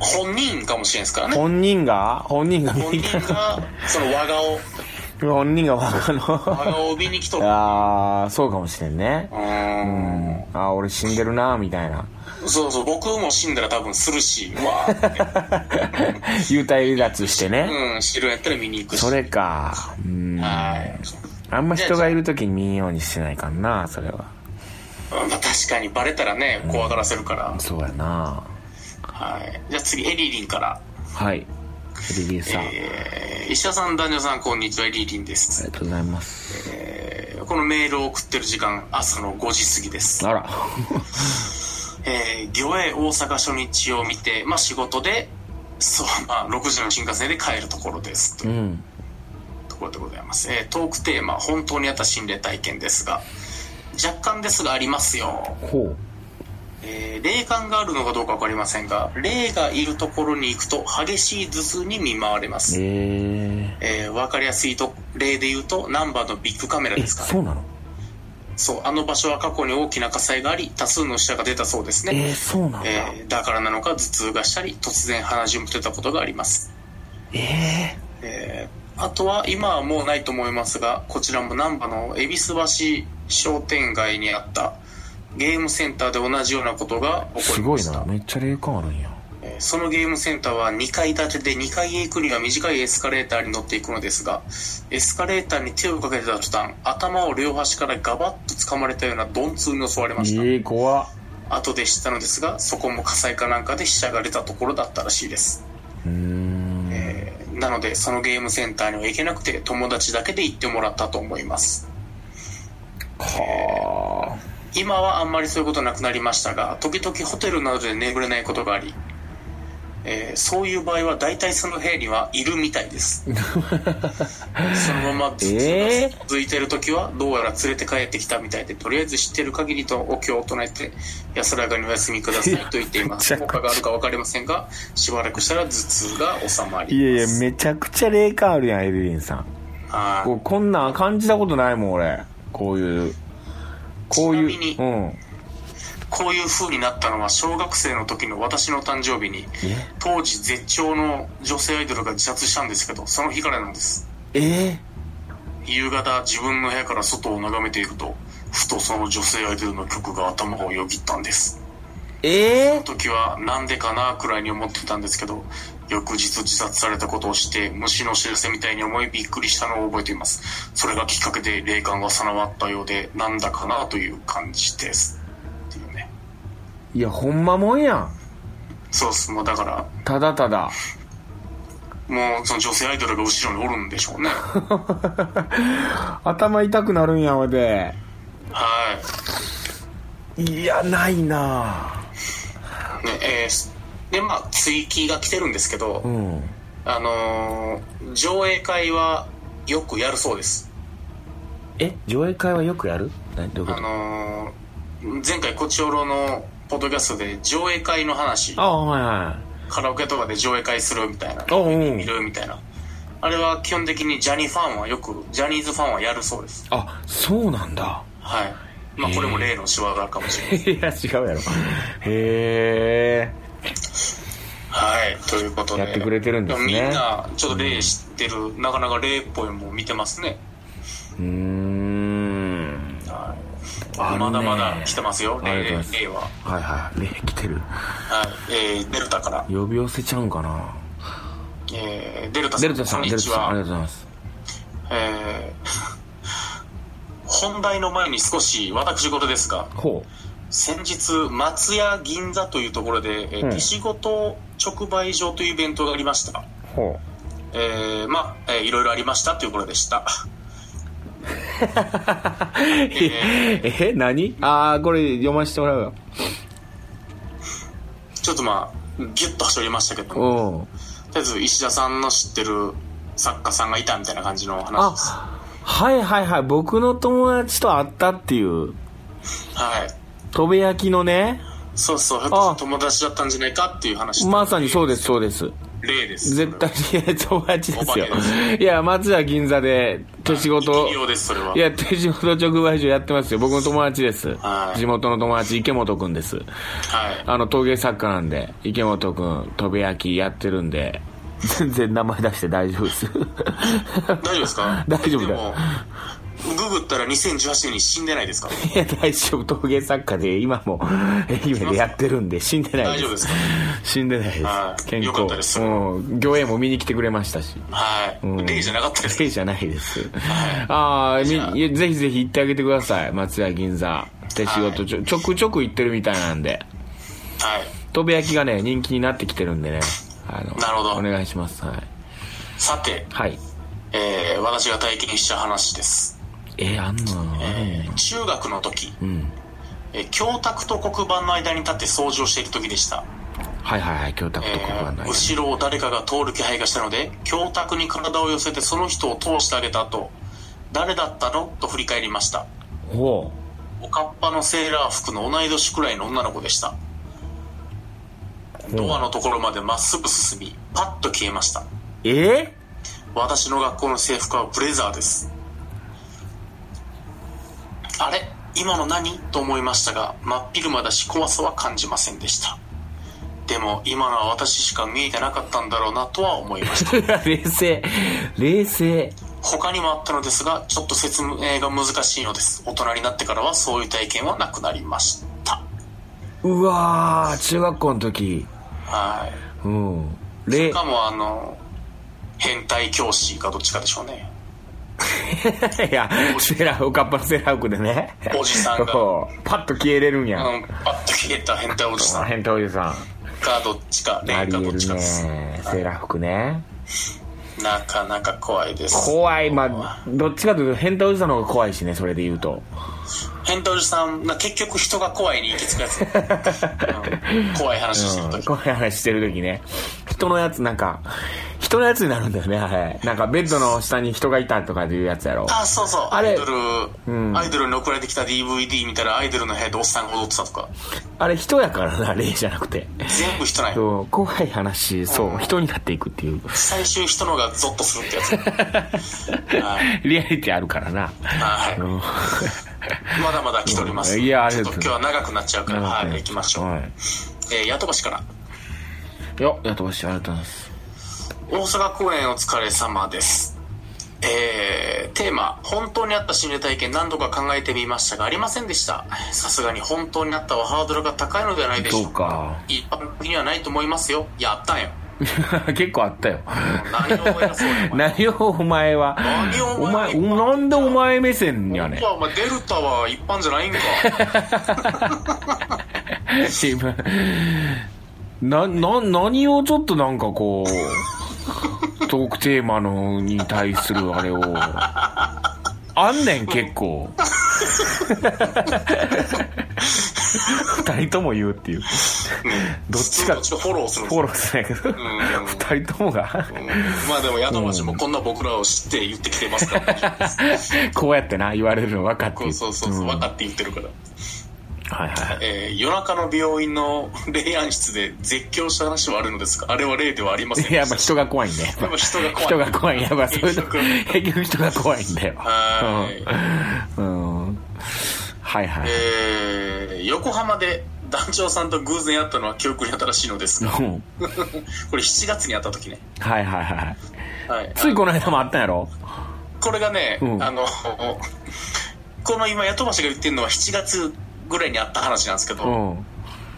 C: 本人かもしれんすからね
B: 本人が本人が見
C: 本
B: に来
C: 人
B: た
C: がその和顔
B: 本人が若
C: あ
B: の。
C: の帯に来と
B: [LAUGHS]
C: る
B: ああ、そうかもしれんね
C: う。ーん
B: ああ、俺死んでるな、みたいな。
C: そうそう僕も死んだら多分するしうわーって
B: 幽体離脱してね。
C: うん知るんやったら見に行くし
B: それか。うん。
C: はい
B: あんま人がいるときに見んようにしてないかんな、それは。
C: うんまあ確かにバレたらね怖がらせるから、
B: そうやな。
C: はいじゃあ次エリリンから
B: はい。リリーさん、あり
C: えー石田さん男女さんこんにちはエリリンです
B: がとうございます。
C: えーこのメールを送ってる時間朝の5時過ぎです
B: あら。
C: えー、魚影大阪初日を見て、まあ、仕事でそう、まあ、6時の新幹線で帰るところですと
B: う。
C: いうんところでございます、えートークテーマ「本当にあった心霊体験」ですが若干ですがありますよ、
B: ほう。
C: えー霊感があるのかどうか分かりませんが霊がいるところに行くと激しい頭痛に見舞われます、
B: え
C: えー、分かりやすいと例で言うとナンバーのビッグカメラ
B: ー、え、
C: ですかね
B: そうなの
C: そうあの場所は過去に大きな火災があり多数の死者が出たそうですね
B: えー、そうなんだ。
C: えーだからなのか頭痛がしたり突然鼻血も出たことがあります、
B: え
C: えーあとは今はもうないと思いますがこちらも難波の恵比寿橋商店街にあったゲームセンターで同じようなことが
B: ー、
C: 起こ
B: す
C: り
B: ご
C: ま
B: い
C: し
B: な。
C: た、
B: めっちゃ霊感あるんや。
C: えーそのゲームセンターは2階建てで2階へ行くには短いエスカレーターに乗っていくのですがエスカレーターに手をかけた途端頭を両端からガバッと掴まれたような鈍痛に襲われ
B: え
C: ました、
B: ー、怖っ。
C: 後で知ったのですがそこも火災かなんかで死者が出たところだったらしいです
B: うーん。
C: えーなのでそのゲームセンターには行けなくて友達だけで行ってもらったと思います
B: は
C: 今はあんまりそういうことなくなりましたが時々ホテルなどで眠れないことがあり、えーそういう場合は大体その部屋にはいるみたいで
B: [LAUGHS]
C: すそのままずっ
B: え
C: と続いてる時はどうやら連れて帰ってきたみたいでとりあえず知ってる限りとお経を唱えて安らかにお休みくださいと言ってい
B: [LAUGHS]
C: ます
B: めちゃ
C: 効
B: くちゃ
C: 果があるか分かりませんがしばらくしたら頭痛が収まります
B: いやいや、めちゃくちゃ霊感あるやん、エルリンさん。
C: はい
B: こうこんなん感じたことないもん、俺。こういう。こう
C: ちなみ
B: い
C: に
B: う。うん。
C: こういう風になったのは小学生の時の私の誕生日に
B: え
C: 当時絶頂の女性アイドルが自殺したんですけどその日からなんです
B: え
C: 夕方自分の部屋から外を眺めているとふとその女性アイドルの曲が頭をよぎったんです
B: ー、え
C: その時はなんでかなくらいに思ってたんですけど翌日自殺されたことを知って虫の知らせみたいに思いびっくりしたのを覚えていますそれがきっかけで霊感が備わったようでなんだかなという感じですっていうね
B: ー、いや、ほんまもんやん。
C: そうっすもうだから
B: ただただ。 [LAUGHS]
C: もうその女性アイドルが後ろにおるんでしょうね
B: 頭痛くなるんや、わで。
C: はい、
B: や、ないない
C: ねえーでまあ追記が来てるんですけど、
B: ぁうん。
C: あのー上映会はよくやるそうです
B: え上映会はよくやるなどういうこ
C: あ
B: と
C: のー前回こちおろのポッドキャストで上映会の話
B: あ、はいは
C: カラオケとかで上映会するみたいな
B: おうおう
C: 見るみたいなあれは基本的にジャニーファンはよくジャニーズファンはやるそうです
B: あ、そうなんだ。 [LAUGHS]
C: はいまあこれも例の仕業かもしれない
B: いや、違うやろ。へ
C: はい、ということで。
B: やってくれてるんですね
C: みんな、ちょっと霊知ってる、なかなか霊っぽいもん見てますね。
B: ー。うーん。
C: はい。
B: あるね
C: まだまだ来てますよ、
B: ありがとう
C: 霊
B: ございます
C: 霊は。
B: はいはい。ね、来てる。
C: はい。えー、デルタから。
B: 呼び寄せちゃうんかな
C: えー、デルタさん。
B: デルタさん、
C: こ
B: デル
C: んに
B: タ
C: ち
B: さん、ありが
C: は。
B: とうございます。
C: えー本題の前に少し私事ですが、
B: ほ
C: 先日、松屋銀座というところで、えー
B: うん
C: 手仕事直売所というイベントがありました。
B: う。ほ
C: えー、まあ、えーいろいろありましたということでした。
B: う。え、何あー、これ読ませてもらうよ。
C: ちょっとまあ、ギュッと走りましたけども、
B: おう
C: とりあえず石田さんの知ってる作家さんがいたみたいな感じの話です
B: あ、はいはいはい。僕の友達と会ったっていう、
C: はい
B: とべ焼きのね、
C: そうそうひょっとしたら友達だったんじゃないかっていう話と
B: まさにそうです、そうです。
C: 例です
B: 絶対に友達ですよ
C: お化けです。
B: いや、松屋銀座で手仕事
C: 生き、ようですそれはい
B: や、手仕事直売所やってますよ。僕の友達です
C: は。い
B: 地元の友達、池本くんです。
C: はい
B: あの、陶芸作家なんで、池本くん、とべ焼きやってるんで、全然名前出して大丈夫です [LAUGHS]
C: 大丈夫ですか
B: 大丈夫だ
C: でもググったら2018年に死んでないですか
B: いや大丈夫陶芸作家で今も愛媛でやってるんで死んでない
C: 大丈夫ですか
B: 死んでない
C: は
B: で
C: い
B: す健
C: よ
B: 康
C: かったです
B: うん魚影も見に来てくれましたし
C: はい、
B: うん
C: 例じゃなかったです
B: 例じゃないです。ああ、みいやぜひぜひ行ってあげてください。松屋銀座。手仕事ちょちょくちょく行ってるみたいなんで。
C: はい
B: とべ焼きがね、人気になってきてるんでね。あの、
C: なるほど
B: お願いします。はい。
C: さて、
B: はい。
C: えー私が体験した話です、
B: えー、あんのあるんや
C: えー中学の時、
B: ん
C: えー教卓と黒板の間に立って掃除をしている時でした、
B: はいはいはい、教託
C: え
B: と黒板
C: ー
B: の間
C: 後ろを誰かが通る気配がしたので教卓に体を寄せてその人を通してあげた後誰だったのと振り返りました
B: ほ
C: おかっぱのセーラー服の同い年くらいの女の子でした
B: う。
C: ド
B: ほ
C: ア
B: う。
C: のところまでまっすぐ進みパッと消えました
B: えー
C: 私の学校の制服はブレザーですあれ今の何と思いましたが真っ昼間だし怖さは感じませんでしたでも今のは私しか見えてなかったんだろうなとは思いました
B: [LAUGHS] 冷静。冷静。
C: 他にもあったのですがちょっと説明が難しいのです大人になってからはそういう体験はなくなりました
B: うわー、中学校の時。
C: は
B: うん。
C: い
B: れ
C: しかもあの変態教師かどっちかでしょ
B: [LAUGHS]
C: うね
B: いや、セラフ、カッパのセラフでね。
C: おじさん
B: [LAUGHS]
C: が
B: そうパッと消えれるん
C: あ
B: や。
C: のパッと消えた変態おじさん
B: 変態おじさ
C: かどっちか
B: ん。あ
C: レン
B: り
C: か
B: え
C: どっ
B: るね。
C: ちかです
B: セーラー服ね。
C: なかなか怖いです
B: 怖い。まあ、どっちかというと、変態おじさんの方が怖いしね、それで言うと。
C: ヘンドルさんな結局人が怖いに行き着く
B: [LAUGHS]
C: やつ、うん怖い話してる
B: うん、
C: 時、
B: 怖い話してる時ね。人のやつ、なんか、人のやつになるんだよね、あれ。なんか、ベッドの下に人がいたとかっていうやつやろ。
C: あそうそう
B: あれ
C: アイドル、アイドルに送られてきた DVD 見たらアイドルの部屋でおっさんが踊ってたとか
B: あれ、人やからな、霊じゃなくて。
C: 全部人ない
B: そう、怖い話、そうう、
C: ん
B: 人になっていくっていう。
C: 最終人の方がゾッとするってや
B: [LAUGHS]
C: つはい、
B: リアリティあるからな。
C: はい
B: うん
C: まだまだ来ております、
B: うんいやあり
C: ちょ
B: が
C: っ
B: と
C: と
B: う
C: 今日は長くなっちゃうから、はい、行きましょう、
B: はい
C: えー、ヤトバシから
B: よ、やとばし、ありがとうございます。
C: 大阪公演お疲れ様ですえー、テーマ「本当にあった心霊体験」何度か考えてみましたがありませんでしたさすがに本当にあったはハードルが高いのではないでしょう
B: そうか。 [LAUGHS]
C: 一般的にはないと思いますよやったんよ
B: 結構あったよ。
C: 何を思い出そうよお前
B: 何をお前は
C: 何を。
B: お
C: お前
B: 前、なんでお前目線やね
C: 本
B: ん
C: 当。はお前デルタは一般じゃないんか
B: 今な、な、何をちょっとなんかこう、トークテーマのに対するあれを。あんねん、結構。二人とも言うっていう。 [LAUGHS] どっちか
C: 普通どっちかフォローするんです
B: フォ
C: よ
B: ローするんやけど、
C: ん
B: 二人ともが、
C: うんまあでもヤトバシもこんな僕らを知って言ってきてますから、
B: [LAUGHS] こうやってな、言われるの分かって
C: そうそうそうそううん分かって言ってるから
B: はいはい。
C: えー夜中の病院の [LAUGHS] 霊安室で絶叫した話はあるのですがあれは霊ではありません
B: い
C: で
B: や、
C: し
B: まあ
C: た
B: 人が怖いね。
C: やっぱ人が怖い
B: 人が怖い。やっぱそういう
C: 結
B: と、
C: 局
B: 結局人が怖いんだよ。
C: は
B: うん。うん。はいはい。
C: えー横浜で団長さんと偶然会ったのは記憶に新しいのですが
B: うん
C: これ7月に会った時ね、
B: はいはいはい。
C: はい、
B: ついこの間もあったんやろ
C: これがね、
B: うん
C: あのこの今八飛橋が言ってるのは7月ぐらいに会った話なんですけど、
B: うん。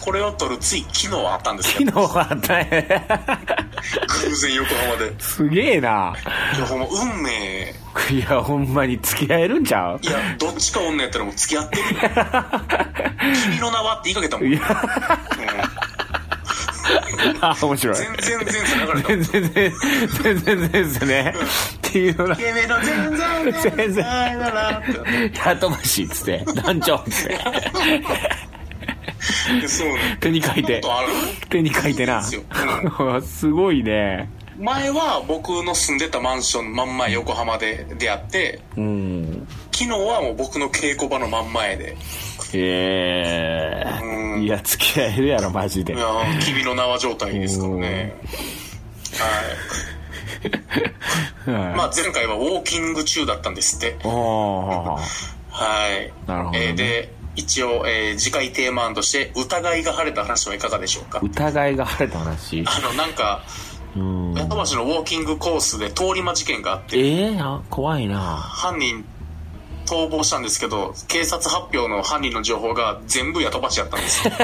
C: これを撮るつい昨日あったんです
B: 昨
C: よ
B: 日あったんや。
C: 偶然横浜で
B: すげえな。
C: いやほんま運命
B: いや、ほんまに付き合えるんちゃう
C: いやどっちか女やったらもう付き合ってるよ君の名はって言いかけたもん、
B: い
C: うん
B: や、あ、面白い。
C: 全然全然流れた
B: 全然、全然、全然ですね。っていうのな。
C: 君の全然
B: 全然
C: ないならって
B: やとばしっつって、団長っつって、
C: そうね
B: 手に書いて
C: そんなことある、
B: 手に書いてな。
C: そう
B: すごいね。
C: 前は僕の住んでたマンション真ん前横浜で出会って
B: うん。
C: 昨日はもう僕の稽古場の真ん前で
B: え
C: う
B: え
C: ん
B: いや、付き合えるやろ、マジで
C: い。やー君の名は状態ですからねはいまあ前回はウォーキング中だったんですって
B: おお
C: はい
B: なるほどね
C: えーで一応、えー次回テーマ案として疑いが晴れた話はいかがでしょうか
B: 疑いが晴れた話。
C: あの、なんか、
B: うん。
C: 八幡橋のウォーキングコースで通り魔事件があって、
B: ええあ怖いな。
C: 犯人逃亡したんですけど、警察発表の犯人の情報が全部八幡橋やったん
B: [LAUGHS]
C: ですよ。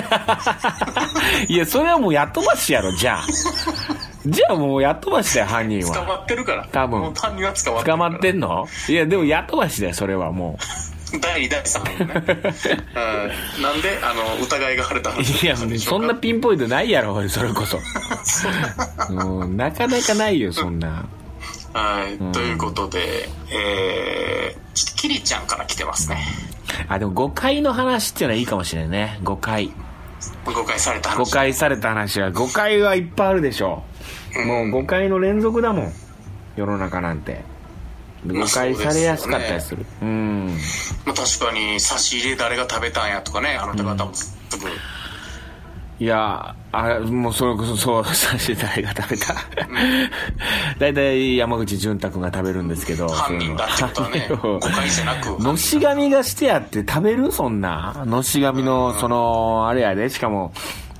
B: いや、それはもうやっとばしやろ、じゃ [LAUGHS] あ。じゃあもうやっとばしだよ、犯人
C: 捕
B: は。
C: まってるから。
B: 多分
C: もう犯人は捕まってるから。
B: 捕まってんのいや、でもやっとばしだよ、それはも
C: 第2、第3のね。
B: [LAUGHS]
C: うん。なんで、あの、疑いが晴れた話
B: う。いや、
C: んでしょ
B: そ
C: うんか
B: なピンポイントないやろ、それこ [LAUGHS] そ。うん、なかなかないよ、そんな。
C: はい、ということで、えー、ちょっとキリちゃんから来てますね。
B: あ、でも誤解の話っていうのはいいかもしれないね。誤解。
C: 誤解された
B: 誤
C: 話。
B: 解された話は、誤解はいっぱいあるでしょう。もう誤解の連続だもん。世の中なんて。誤解されやすかったりする。うん。
C: まあ、確かに、差し入れ誰が食べたんやとかね、あなた方もすぐ、
B: いやあもうそれこそそうさして誰が食べた大体山口潤太君が食べるんですけど
C: 犯人だってことはね、
B: そういうの
C: 誤解じゃなく、
B: のし紙がしてあって食べるそんなのし紙のそのあれやでしかも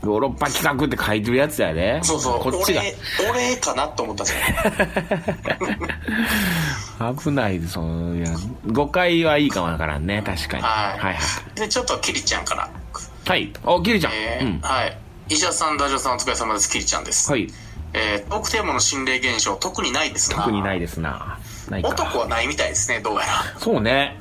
B: ヨーロッパ企画って書いてるやつやで
C: そうそう、
B: こっちが
C: 俺、俺かなと思ったじゃん。
B: 危ないでそのいや誤解はいいかもわからんね確かに
C: はい
B: はいはい
C: で、ちょっとキリちゃんから。
B: はいおキリちゃん、
C: え
B: う
C: ー
B: ん
C: はい。医者さん、ダジョさんお疲れ様です。キリちゃんです。
B: はい
C: えー、トークテーマの心霊現象、特にないですな。
B: 特にないですなないか
C: 男はないみたいですね、どうやら。
B: そうね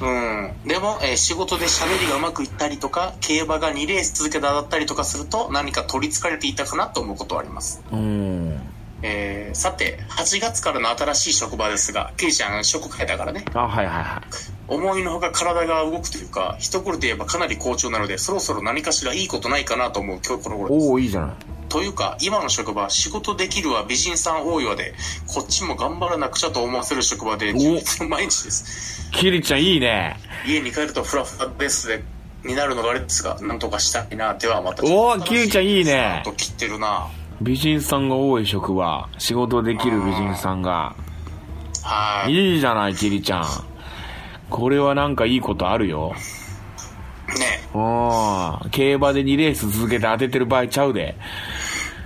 C: うん、でも、えー仕事で喋りがうまくいったりとか競馬が2レース続けて当たったりとかすると何か取りつかれていたかなと思うことはあります、
B: うん
C: えーさて8月からの新しい職場ですがケイちゃん職変えたからね
B: あはいはいはい
C: 思いのほか体が動くというか一頃で言えばかなり好調なのでそろそろ何かしらいいことないかなと思う今日この頃です
B: おおいいじゃない
C: というか今の職場仕事できるは美人さん多いわでこっちも頑張らなくちゃと思わせる職場で充実の毎日です
B: キリちゃんいいね
C: 家に帰るとフラフラですでになるのがあれですがなんとかしたいなではまた
B: おーキュウちゃんいいね
C: スタート切ってるな
B: 美人さんが多い職場仕事できる美人さんが
C: はい
B: いいじゃないキリちゃんこれはなんかいいことあるよ
C: ね
B: うん競馬で2レース続けて当ててる場合ちゃうで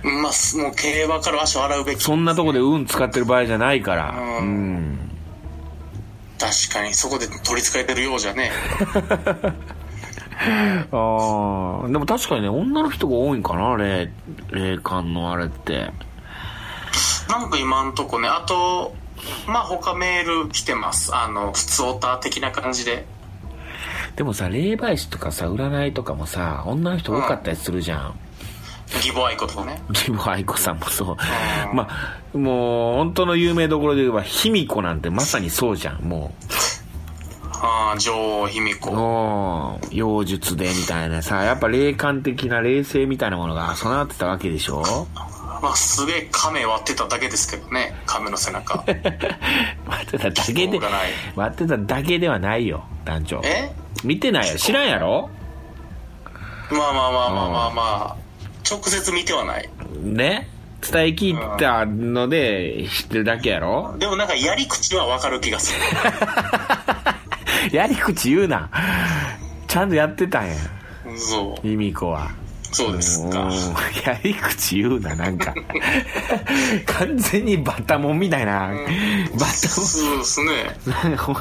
C: まあすもう競馬から足を洗うべき
B: そんなとこで運使ってる場合じゃないからうん
C: 確かにそこで取りつかれてるようじゃね
B: ああでも確かにね女の人が多いんかな霊霊感のあれって
C: なんか今んとこねあとまあ他メール来てますあの普通オタ的な感じで
B: でもさ霊媒師とかさ占いとかもさ女の人多かったりするじゃん
C: 義母愛子とかね
B: 自分愛子さんもそう。まあ、もう、本当の有名どころで言えば、卑弥呼なんてまさにそうじゃん、も
C: ああ女王卑弥
B: う。
C: 呼
B: おー妖術で、みたいなさ、やっぱ霊感的な霊性みたいなものが備わってたわけでし
C: [LAUGHS]
B: ょ
C: まあすげえ亀割ってただけですけどね亀の背中
B: 待ってただけ
C: しょ
B: で
C: うがない、
B: 待ってただけではないよ、団長。
C: え
B: 見てないよ、知らんやろ
C: まあまあまあまあまあまあ直接見てはない
B: ね伝え聞いたので、知ってるだけやろ
C: でもなんかやり口はわかる気がする
B: [LAUGHS] やり口言うな。ちゃんとやってたんや、
C: そ
B: 卑弥呼は。
C: うそうですか
B: うんやり口言うな、なんか。完全にバタモンみたいな。バタ
C: そうですね
B: モン、なんか、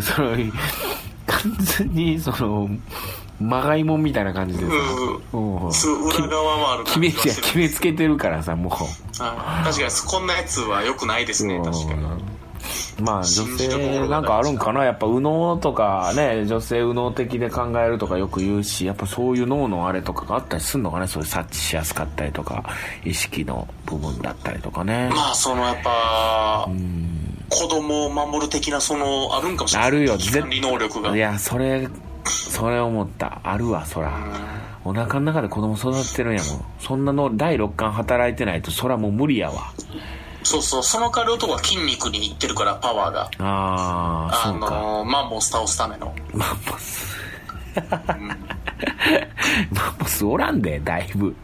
B: その、完全に、その、まがいもんみたいな感じでさ。
C: う
B: うん
C: んすごい裏側もある
B: [LAUGHS] 決
C: 感
B: め
C: じが
B: つや、
C: し
B: 決
C: てる
B: めつけてるからさ、も
C: はい確かにこんなやつはよくないです
B: う。
C: ね確
B: う
C: かに
B: んまあ、女
C: 信じたところが
B: 性
C: ない
B: なんかあるんかなやっぱ、右脳とかね、女性右脳的で考えるとかよく言うし、やっぱそういう脳のあれとかがあったりするのかねそういう察知しやすかったりとか、意識の部分だったりとかね。
C: まあそのやっぱ子供を守る的なそのあるんかもしれない
B: あるよ
C: 危機管理能力が
B: いや、それ、それ思った。あるわ、そら。お腹の中で子供育ててるんやもん。そんなの第六感働いてないと、そらもう無理やわ。
C: そうそうその代わり男は筋肉にいってるからパワーが
B: ああ、
C: あ
B: そうか。
C: のマンモス倒すための
B: マンモス。 [LAUGHS] マンモスおらんで、だいぶ。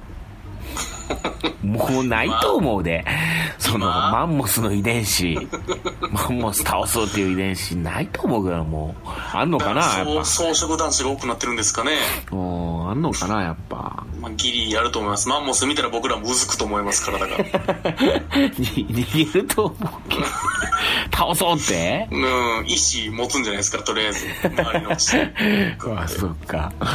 B: もうないと思うで。その、
C: まあ
B: マンモスの遺伝子、マンモス倒そうっていう遺伝子ないと思うけど、もう。あんのかな、やっ
C: そう
B: ぱ。
C: 草食男子が多くなってるんですかね。
B: うん、あんのかな、やっ [LAUGHS] ぱ。
C: まあ、ギリやると思います。マンモス見たら僕らもうずくと思いますから、だ [LAUGHS] から。
B: に逃げると思うけど。倒そう [LAUGHS] って
C: うん、意志持つんじゃないですか、とりあ [LAUGHS] えず。周りの人
B: あ、そっか。
C: は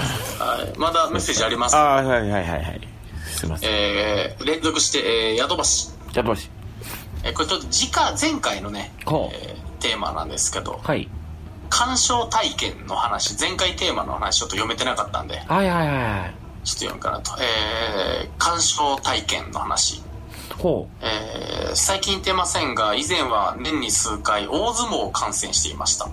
C: いまだメッセージあります。
B: あはいはいはいはい。すいません。
C: えー、連続して、えー、宿橋。
B: じゃあ、どうし。
C: えーこれちょっと次回、前回のね、え
B: ほう
C: ーテーマなんですけど、
B: はい。
C: 鑑賞体験の話、前回テーマの話ちょっと読めてなかったんで、
B: はいはいはいはい。
C: ちょっと読むかなと。えー、鑑賞体験の話。
B: ほう。
C: えー、最近行ってませんが、以前は年に数回大相撲を観戦していました。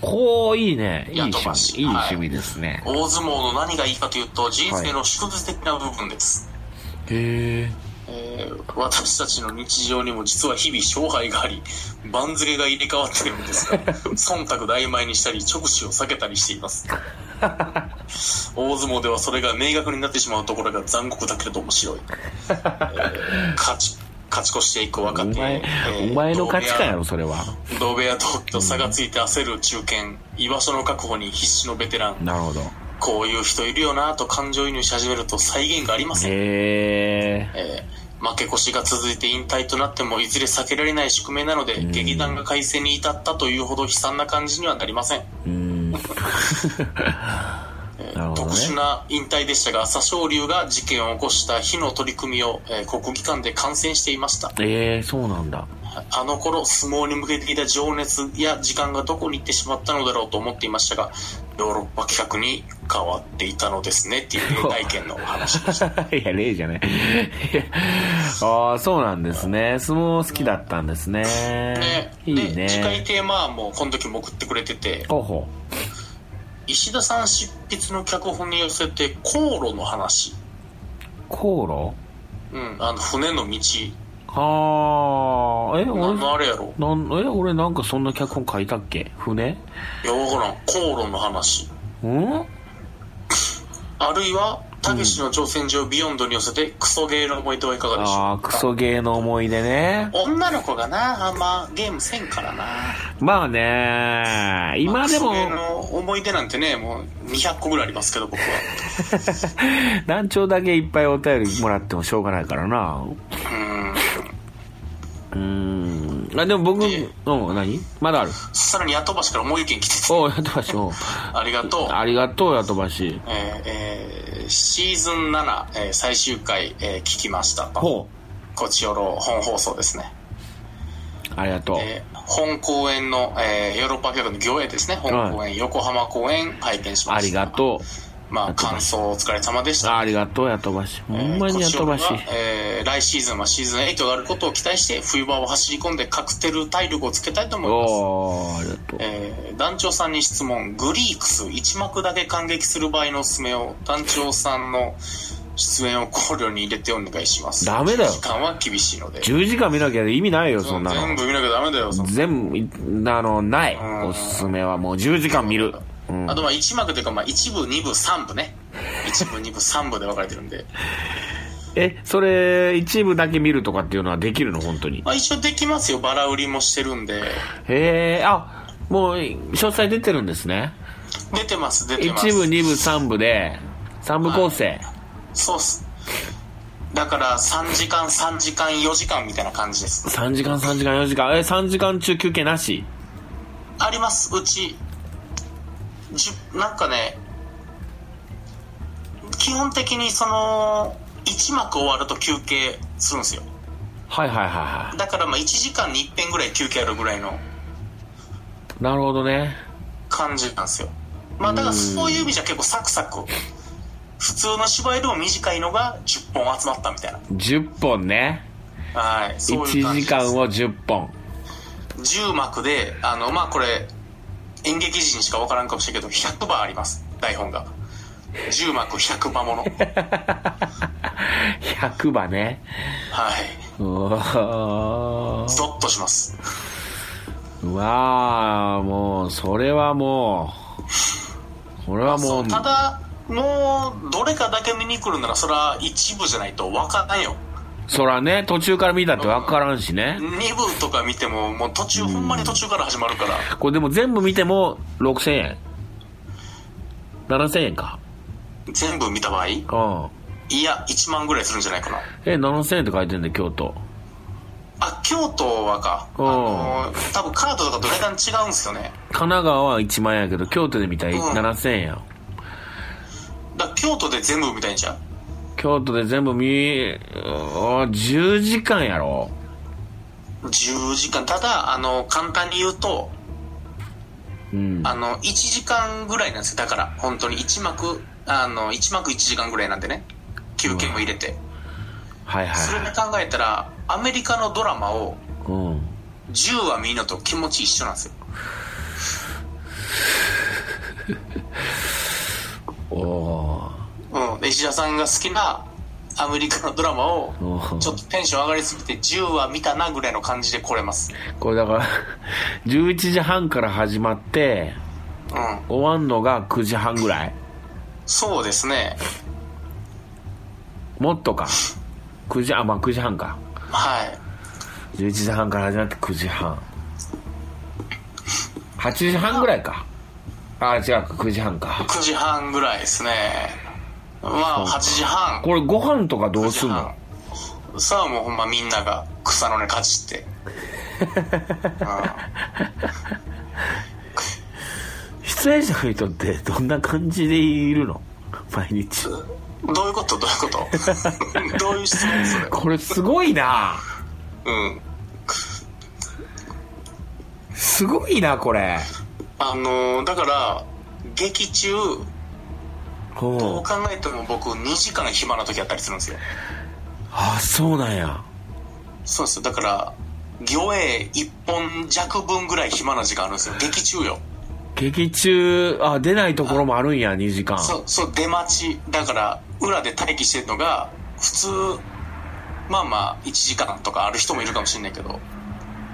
B: ほう、いいね。いい
C: やっと
B: 趣
C: ま
B: 味。
C: し
B: いい
C: はい
B: 趣味ですね。
C: 大相撲の何がいいかというと、人生の縮図的な部分です。
B: へえ。
C: えー私たちの日常にも実は日々勝敗があり、番付が入れ替わっている
B: [LAUGHS]
C: んですが、忖度大前にしたり、直視を避けたりしています。大相撲ではそれが明確になってしまうところが残酷だけれど面白い。えー勝ち、勝ち越していく若
B: お
C: 手。
B: 前
C: え、ー
B: お前の勝ちかよ、それは。
C: 同部屋同期と差がついて焦る中堅、居場所の確保に必死のベテラン、
B: なるほど。
C: こういう人いるよなぁと感情移入し始めると再現がありません。
B: へえ。
C: えー負け越しが続いて引退となってもいずれ避けられない宿命なので、劇団が改正に至ったというほど悲惨な感じにはなりません、
B: うーん。なるほど
C: 特
B: ね。
C: 殊な引退でしたが朝青龍が事件を起こした日の取り組みを、えー国技館で観戦していました
B: ええ、そうなんだ。 [LAUGHS]
C: あの頃相撲に向けていた情熱や時間がどこに行ってしまったのだろうと思っていましたがヨーロッパ企画に変わっていたのですねっていう体験のお話でした
B: いや、例じゃない。 [LAUGHS] いやああ、そうなんですね。相撲好きだったんですね。
C: ね
B: [LAUGHS] いい
C: で次回
B: ね。
C: テーマはもうこの時も送ってくれてて
B: 候補。
C: 石田さん執筆の脚本に寄せて航路の話、
B: 航
C: うん、あの船の道
B: 路はあ、え、
C: 何の
B: 俺、
C: あれやろ
B: なん、え、俺なんかそんな脚本書いたっけ船
C: いやわからん航路の話
B: うん
C: あるいはたけしの挑戦状ビヨンドに寄せてクソゲーの思い出はいかがでしょ
B: ああ、クソゲーの思い出ね
C: う。女の子がなあんまゲームせんからな
B: まあね、
C: ま
B: 今
C: あ
B: でも
C: クソゲ、ーの思い出なんてねもう200個ぐらいありますけど僕は
B: [LAUGHS] 団長だけいっぱいお便りもらってもしょうがないからな。
C: うん
B: うーん。あ、でも僕、
C: で
B: うん、何まだある。
C: さらに後橋からもう一件来てて
B: おう、やとばし、おう。
C: ありがとう
B: ありがとう、やとばし。
C: えーえーシーズン7、えー最終回、えー聞きましたと
B: ほ
C: こちよろ本放送ですね。
B: う。ありがとう。
C: えー本公演の、えーヨーロッパ客の行営ですね。本公演、横浜公演拝見しました。
B: ありがと
C: う。まあ、感想お疲れ様でし
B: う。
C: た。
B: ありがとう、やとばし。ほ
C: えー
B: んまにやとばし
C: こ。ちよろがえー来シーズンはシーズン8があることを期待して、冬場を走り込んでカクテル体力をつけたいと思います。
B: おー、ありがとう。
C: えー団長さんに質問。グリークス一幕だけ感激する場合のおすすめを、団長さんの出演を考慮に入れてお願いします。
B: ダメだよ
C: 時間は厳しいので。
B: 10時間見なきゃ意味ないよ、そんな
C: 全
B: の。
C: 部見なきゃダメだよ、そんな
B: 全部い、あの、ない。
C: ん
B: おすすめはもう10時間見る。うん
C: あ。とまあ1幕というかまあ1部2部3部ね1部2部3部で分かれてるんで、 [LAUGHS]
B: え、それ、一部だけ見るとかっていうのはできるの、本当に。
C: まあ、一応できますよバラ売りもしてるんで
B: へえ、あ、もう、詳細出てるんですね。
C: 出てます出て
B: 一
C: ます
B: 部、二部、三部で、三部構成。
C: そうっすだから3時間3時間4時間みたいな感じです
B: 3時間、3時間、4時間。え、3時間中休憩なし
C: ありますうちじゅなんかね基本的にその1幕終わると休憩するんですよ
B: はいはいはいは
C: だからまあ1時間に1遍ぐらい休憩あるぐらい
B: い。
C: の
B: なるほどね。
C: 感じなんですよまあだからそういう意味じゃ結構サクサク普通の芝居よりも短いのが10本集まったみたいな
B: 10本ね。
C: はいそういう
B: 1
C: 感じ
B: 時間を10本。
C: 10幕であのまあこれ演劇人にしか分からんかもしれんけど100番あります台本が10幕100番ものはい
B: 100場ね。うわ
C: ゾッとします
B: ーうわーもう、それはもう、これはもう、
C: ただもうどれかだけ見に来るならそれは一部じゃないと分からんよ
B: そらね、途中から見たってわからんしね。
C: 二部とか見てももう途中ほんまに途中から始まるから
B: これでも全部見ても6000円。7000円か。
C: 全部見た場合い
B: うん。
C: や1万ぐらいするんじゃないかな
B: え、7000円って書いてんだよ、京都。
C: あ京都はか
B: う
C: あ
B: ん
C: の多分カードとかと値段違うんですよね
B: 神奈川は1万円やけど、京都で見たら
C: うん
B: 7000円やん。
C: だから京都で全部見たいんじゃん
B: 京都で全部見、うー10時間やろ。
C: 10時間ただあの簡単に言うと
B: うん。
C: あの1時間ぐらいなんですよだから本当に1幕あの1幕1時間ぐらいなんでね休憩も入れて
B: はいはい
C: それで
B: は
C: 考えたらアメリカのドラマを
B: い。うん。
C: 10話見るのと気持ち一緒なんですよ
B: おー。
C: うん、で石田さんが好きなアメリカのドラマを
B: おー
C: ちょっとテンション上がりすぎて10話見たなぐらいの感じで来れます
B: これだから、11時半から始まって、
C: うん
B: 終わんのが9時半ぐらい。
C: そうですね
B: もっとか。9時、あ、まあ9時半か。
C: はい
B: 11時半から始まって9時半8時半ぐらいかああ違うか9時半か
C: 9時半ぐらいですねまあ8時半
B: これご飯とかどうすん
C: 9
B: の
C: 時半さあもうほんまみんなが草の根かじって、
B: 出演者の人ってどんな感じでいるの毎日
C: うん、どういうことどういうこと [LAUGHS] どういう質問それ
B: これすごいな
C: うん
B: すごいなこれ
C: あのーだから劇中ど
B: ほ
C: う
B: う
C: 考えても僕2時間暇な時あったりするんですよ
B: あそうなんや
C: そうですよだから魚影1本弱分ぐらい暇な時間あるんですよ劇中よ
B: 劇中あ出ないところもあるんや2時間
C: そうそう出待ちだから裏で待機してるのが普通まあまあ1時間とかある人もいるかもしれないけど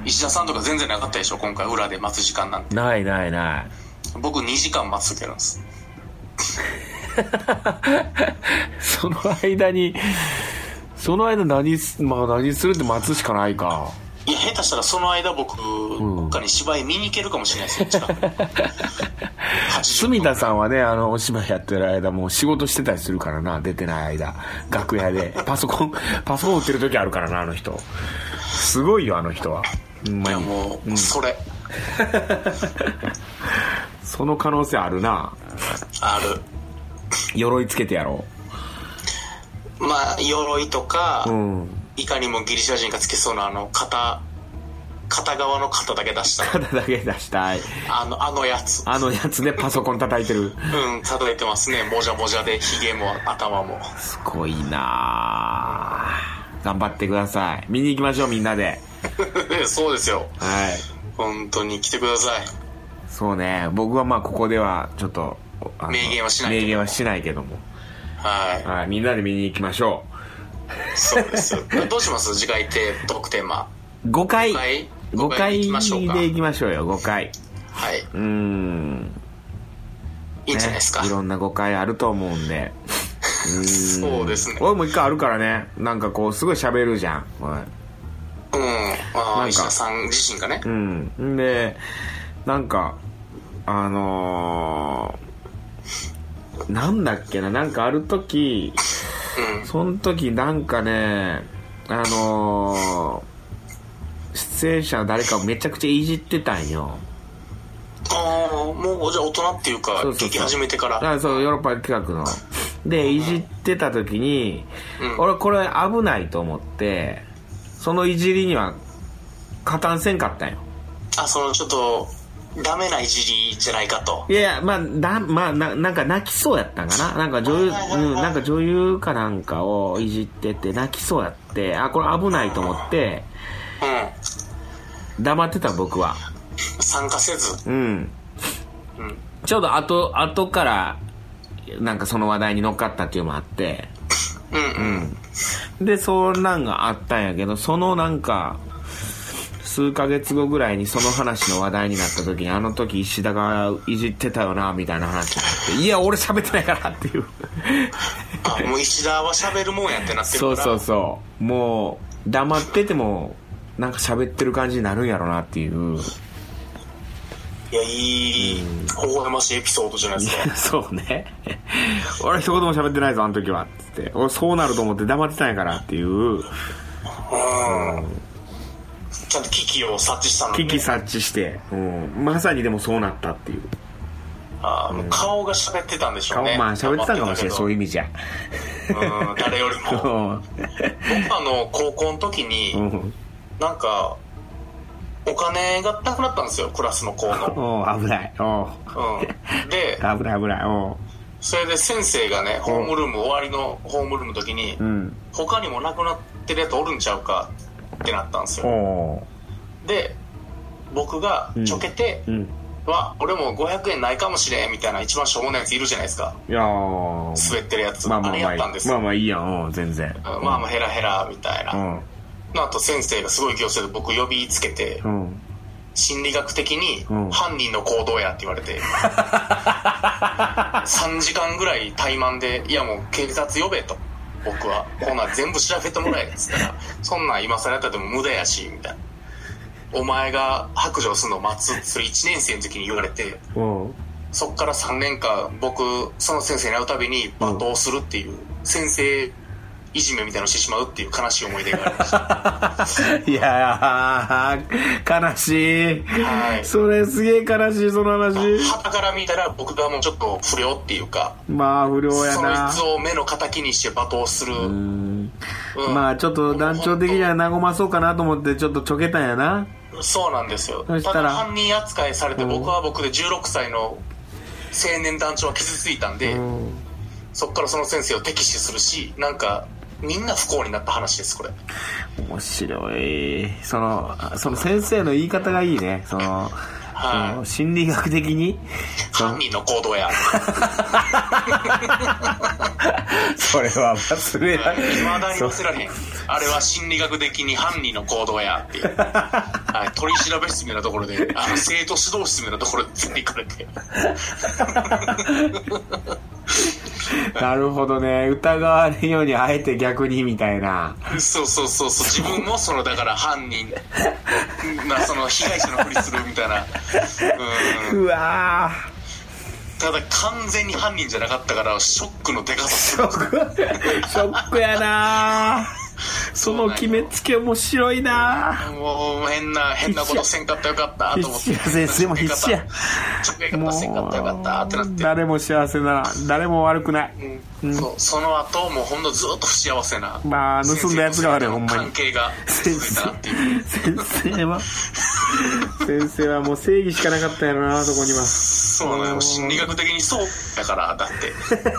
C: 石田さんとか全然なかったでしょ今回裏で待つ時間なんて
B: ないないない
C: 僕2時間待つ時あるんです
B: その間にその間何すまあ何するって待つしかないか
C: いや下手したらその間僕、どっかに芝居見に行けるかもしれないですよ
B: [LAUGHS]
C: 近くに80分
B: 住田さんはね、あの、お芝居やってる間、もう仕事してたりするからな、出てない間。楽屋で。パソ
C: [LAUGHS]
B: コン、パソコン売ってる時あるからな、あの人。すごいよ、あの人は。ほん
C: い
B: ま
C: や
B: に。
C: もう、それ
B: その可能性あるな。
C: ある
B: 鎧つけてやろ
C: まあ鎧とか、
B: う。うん。
C: いかにもギリシャ人がつけそうなあの肩片側の肩だけ
B: [LAUGHS]
C: 出した
B: 肩だけ出したい。
C: あのあのやつ
B: あのやつでパソコン叩いてる。
C: うん叩いてますねもじゃもじゃでひげも頭も [LAUGHS]
B: すごいなぁ頑張ってください。見に行きましょう、みんなで。
C: そうですよ
B: はい。
C: 本当に来てください
B: そうね。僕はまあ、ここでは、ちょっと、あの
C: 明言はしないけど
B: 明言はしないけども。
C: は
B: はい。みんなで見に行きましょう。
C: いそうです [LAUGHS] よどうします次回テートークテーマ
B: 5回
C: 5回
B: 5
C: 5
B: 回
C: 回
B: で
C: 行きましょうか
B: 行きましょうよ5回
C: はいう
B: ーん
C: いいんじゃないですか、
B: ねいろんな誤解あると思うんで
C: そうですね
B: 俺も一回あるからねなんかこうすごい喋るじゃんは
C: うん
B: な
C: あ
B: んか
C: あ石田さん自身がね
B: いうんんでなんかあのー、なんだっけななんかある時
C: うん
B: その時なんかねあのー、出演者の誰かをめちゃくちゃいじってたんよ
C: ああもうじゃあ大人っていうか
B: そうそうそう
C: 聞き始めてから
B: あそうヨーロッパ企画のでいじってた時に、
C: うん
B: 俺これ危ないと思ってそのいじりには加担せんかったんよ
C: あそのちょっとダメないじりじゃないかと
B: いやいやまあだまあななんか泣きそうやったんかななんか女優、
C: はいはいはい
B: うん、なんか女優かなんかをいじってて泣きそうやってあこれ危ないと思って
C: う
B: 黙ってた僕は
C: ん参加せず
B: うん
C: うん
B: ちょうど後後からなんかその話題に乗っかったっていうのもあって
C: うんうん
B: でそんなんがあったんやけどそのなんか数ヶ月後ぐらいにその話の話題になった時にあの時石田がいじってたよなみたいな話になっていや俺喋ってないからっていう [LAUGHS]
C: あもう石田は喋るもんやってなってるか
B: そう
C: ら
B: そうそうもう黙っててもなんか喋ってる感じになるんやろなっていう
C: いやいい微笑ましいエピソードじゃないですか
B: [LAUGHS] そうね俺一言も喋ってないぞあの時はっつって俺そうなると思って黙ってたんやからっていう
C: ちゃんと危機を察知したの
B: 危機
C: で
B: 察知して、うん、まさにでもそうなったっていう
C: あーもう顔が喋ってたんでしょ
B: 顔
C: うね
B: まあ喋ってたかもしれないそういうう意味じゃ
C: ん誰より
B: [LAUGHS]
C: も
B: う
C: 僕
B: ん
C: あの高校の時に
B: うん
C: なんかお金がなくなったんですよクラスの子
B: [LAUGHS]
C: の、
B: うん危ないうん
C: うん、で
B: 危ない危ないうん
C: それで先生がねホームルーム終わりのホームルームの時に
B: うん
C: 他にもなくなってるやつおるんちゃうかってなったんですよ
B: おー
C: で僕がちょけて
B: うん
C: 「わ俺も500円ないかもしれん」みたいな一番しょうもないやついるじゃないですか
B: いやー
C: 滑ってるやつ、
B: ま
C: あ
B: あまあ
C: れ
B: ま
C: や
B: あ
C: ったんです
B: まあ
C: よ、
B: まあいいやんうん全然
C: うんまあまあヘラヘラみたいな、
B: うん
C: あと先生がすごい行政で僕呼びつけて、
B: うん
C: 心理学的に
B: うん
C: 犯人の行動やって言
B: [LAUGHS]
C: われて、3時間ぐらい怠慢で「いやもう警察呼べ」と「僕はこんなん全部調べてもらえ」っつったら「そんなん今更やったらでも無駄やし」みたいな「お前が白状するのを待つ」それ1年生の時に言われて
B: うん
C: そっから3年間僕その先生に会うたびに罵倒するっていう、先生いじめみたいなのをしてしまうっていう悲しい思い出がありました
B: いやー悲しい、
C: はい
B: それすげえ悲しいその話
C: 傍から見たら僕がもうちょっと不良っていうか
B: まあ不良や
C: そい
B: な
C: つを目の敵にして罵倒する、
B: うん
C: うん
B: まあちょっと団長的には和まそうかなと思ってちょっとちょけたんやな
C: そうなんですよ
B: そした
C: た
B: ら
C: だ犯人扱いされて
B: うん
C: 僕は僕で16歳の青年団長は傷ついたんで、
B: うん
C: そっからその先生を敵視するしなんかみんな不幸になった話ですこれ
B: 面白いそのその先生の言い方がいいねその,、
C: はい
B: その心理学的
C: [LAUGHS]
B: にそ
C: 犯人の行動や
B: それは忘れ
C: いまだに忘れられへんあれは心理学的に犯人の行動やっていう、
B: [LAUGHS]
C: はい、取り調べ室みたいなところであの生徒指導室みたいなところで連れて行かれて
B: なるほどね疑われるようにあえて逆にみたいな
C: そうそうそうそう自分もそのだから犯人なその被害者のふりするみたいな、うん、
B: うわー
C: ただ完全に犯人じゃなかったからショックので
B: シ
C: かさ
B: ョックショックやなその決めつけ面白いな
C: もう変な変なことせんかったよかったと思って
B: 必死や先生も必死や
C: ちょっとよか
B: も
C: ったせんかったよかったってな
B: う
C: って
B: 誰も幸せなら誰も悪くない
C: うんそうその後もうほんとずっと不幸せな
B: まあ盗んだやつが悪いほんまに
C: 関係が
B: 先
C: 続いたなっていう
B: 生先生は [LAUGHS] 先生はもう正義しかなかったやろなそこには
C: そうなのよ心理学的にそうだからだって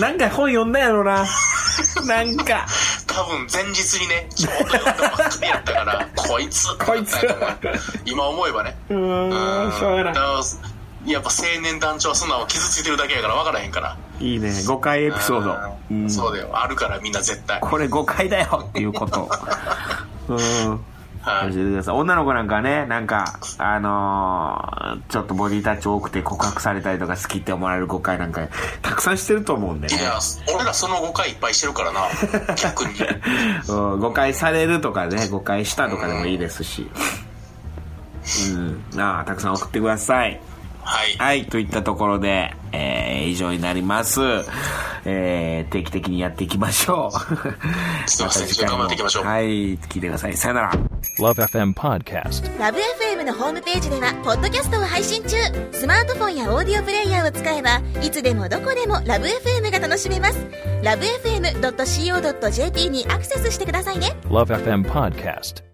B: ななんか本読んだやろななんか
C: 多分前日にねちょうど読んだばっかりやったから
B: [LAUGHS]
C: こいつ
B: こいつ
C: ってなったんやと思う今思えばね
B: うーんしょうが
C: だ
B: な
C: からやっぱ青年団長はそんなの傷ついてるだけやから分からへんから
B: いいいね5回エピソード
C: う
B: うんん
C: そうだよあるからみんな絶対
B: これ誤解だよっていうこと。うん。教
C: は
B: えて
C: い
B: ください。女の子なんかね、なんか、あのーちょっとボディタッチ多くて告白されたりとか好きって思われる誤解なんか、たくさんしてると思うんでね
C: い。や俺らその5回いっぱいしてるからな
B: [LAUGHS]
C: 逆に
B: うん、誤解されるとかね、誤解したとかでもいいですし。うん。ああ、たくさん送ってください。
C: はい
B: はい、といったところで、えー、以上になります。えー、定期的にやっていきましょう。
C: すい
B: [LAUGHS]
C: ません
B: た次回も
C: 頑張っていきましょう
B: はい、聞いてください。さよなら。
A: Love FM Podcast.
D: ラブ f m のホームページではポッドキャストを配信中スマートフォンやオーディオプレイヤーを使えばいつでもどこでもラブ f m が楽しめますラブ FM.co.jp にアクセスしてくださいね
A: Love FM Podcast.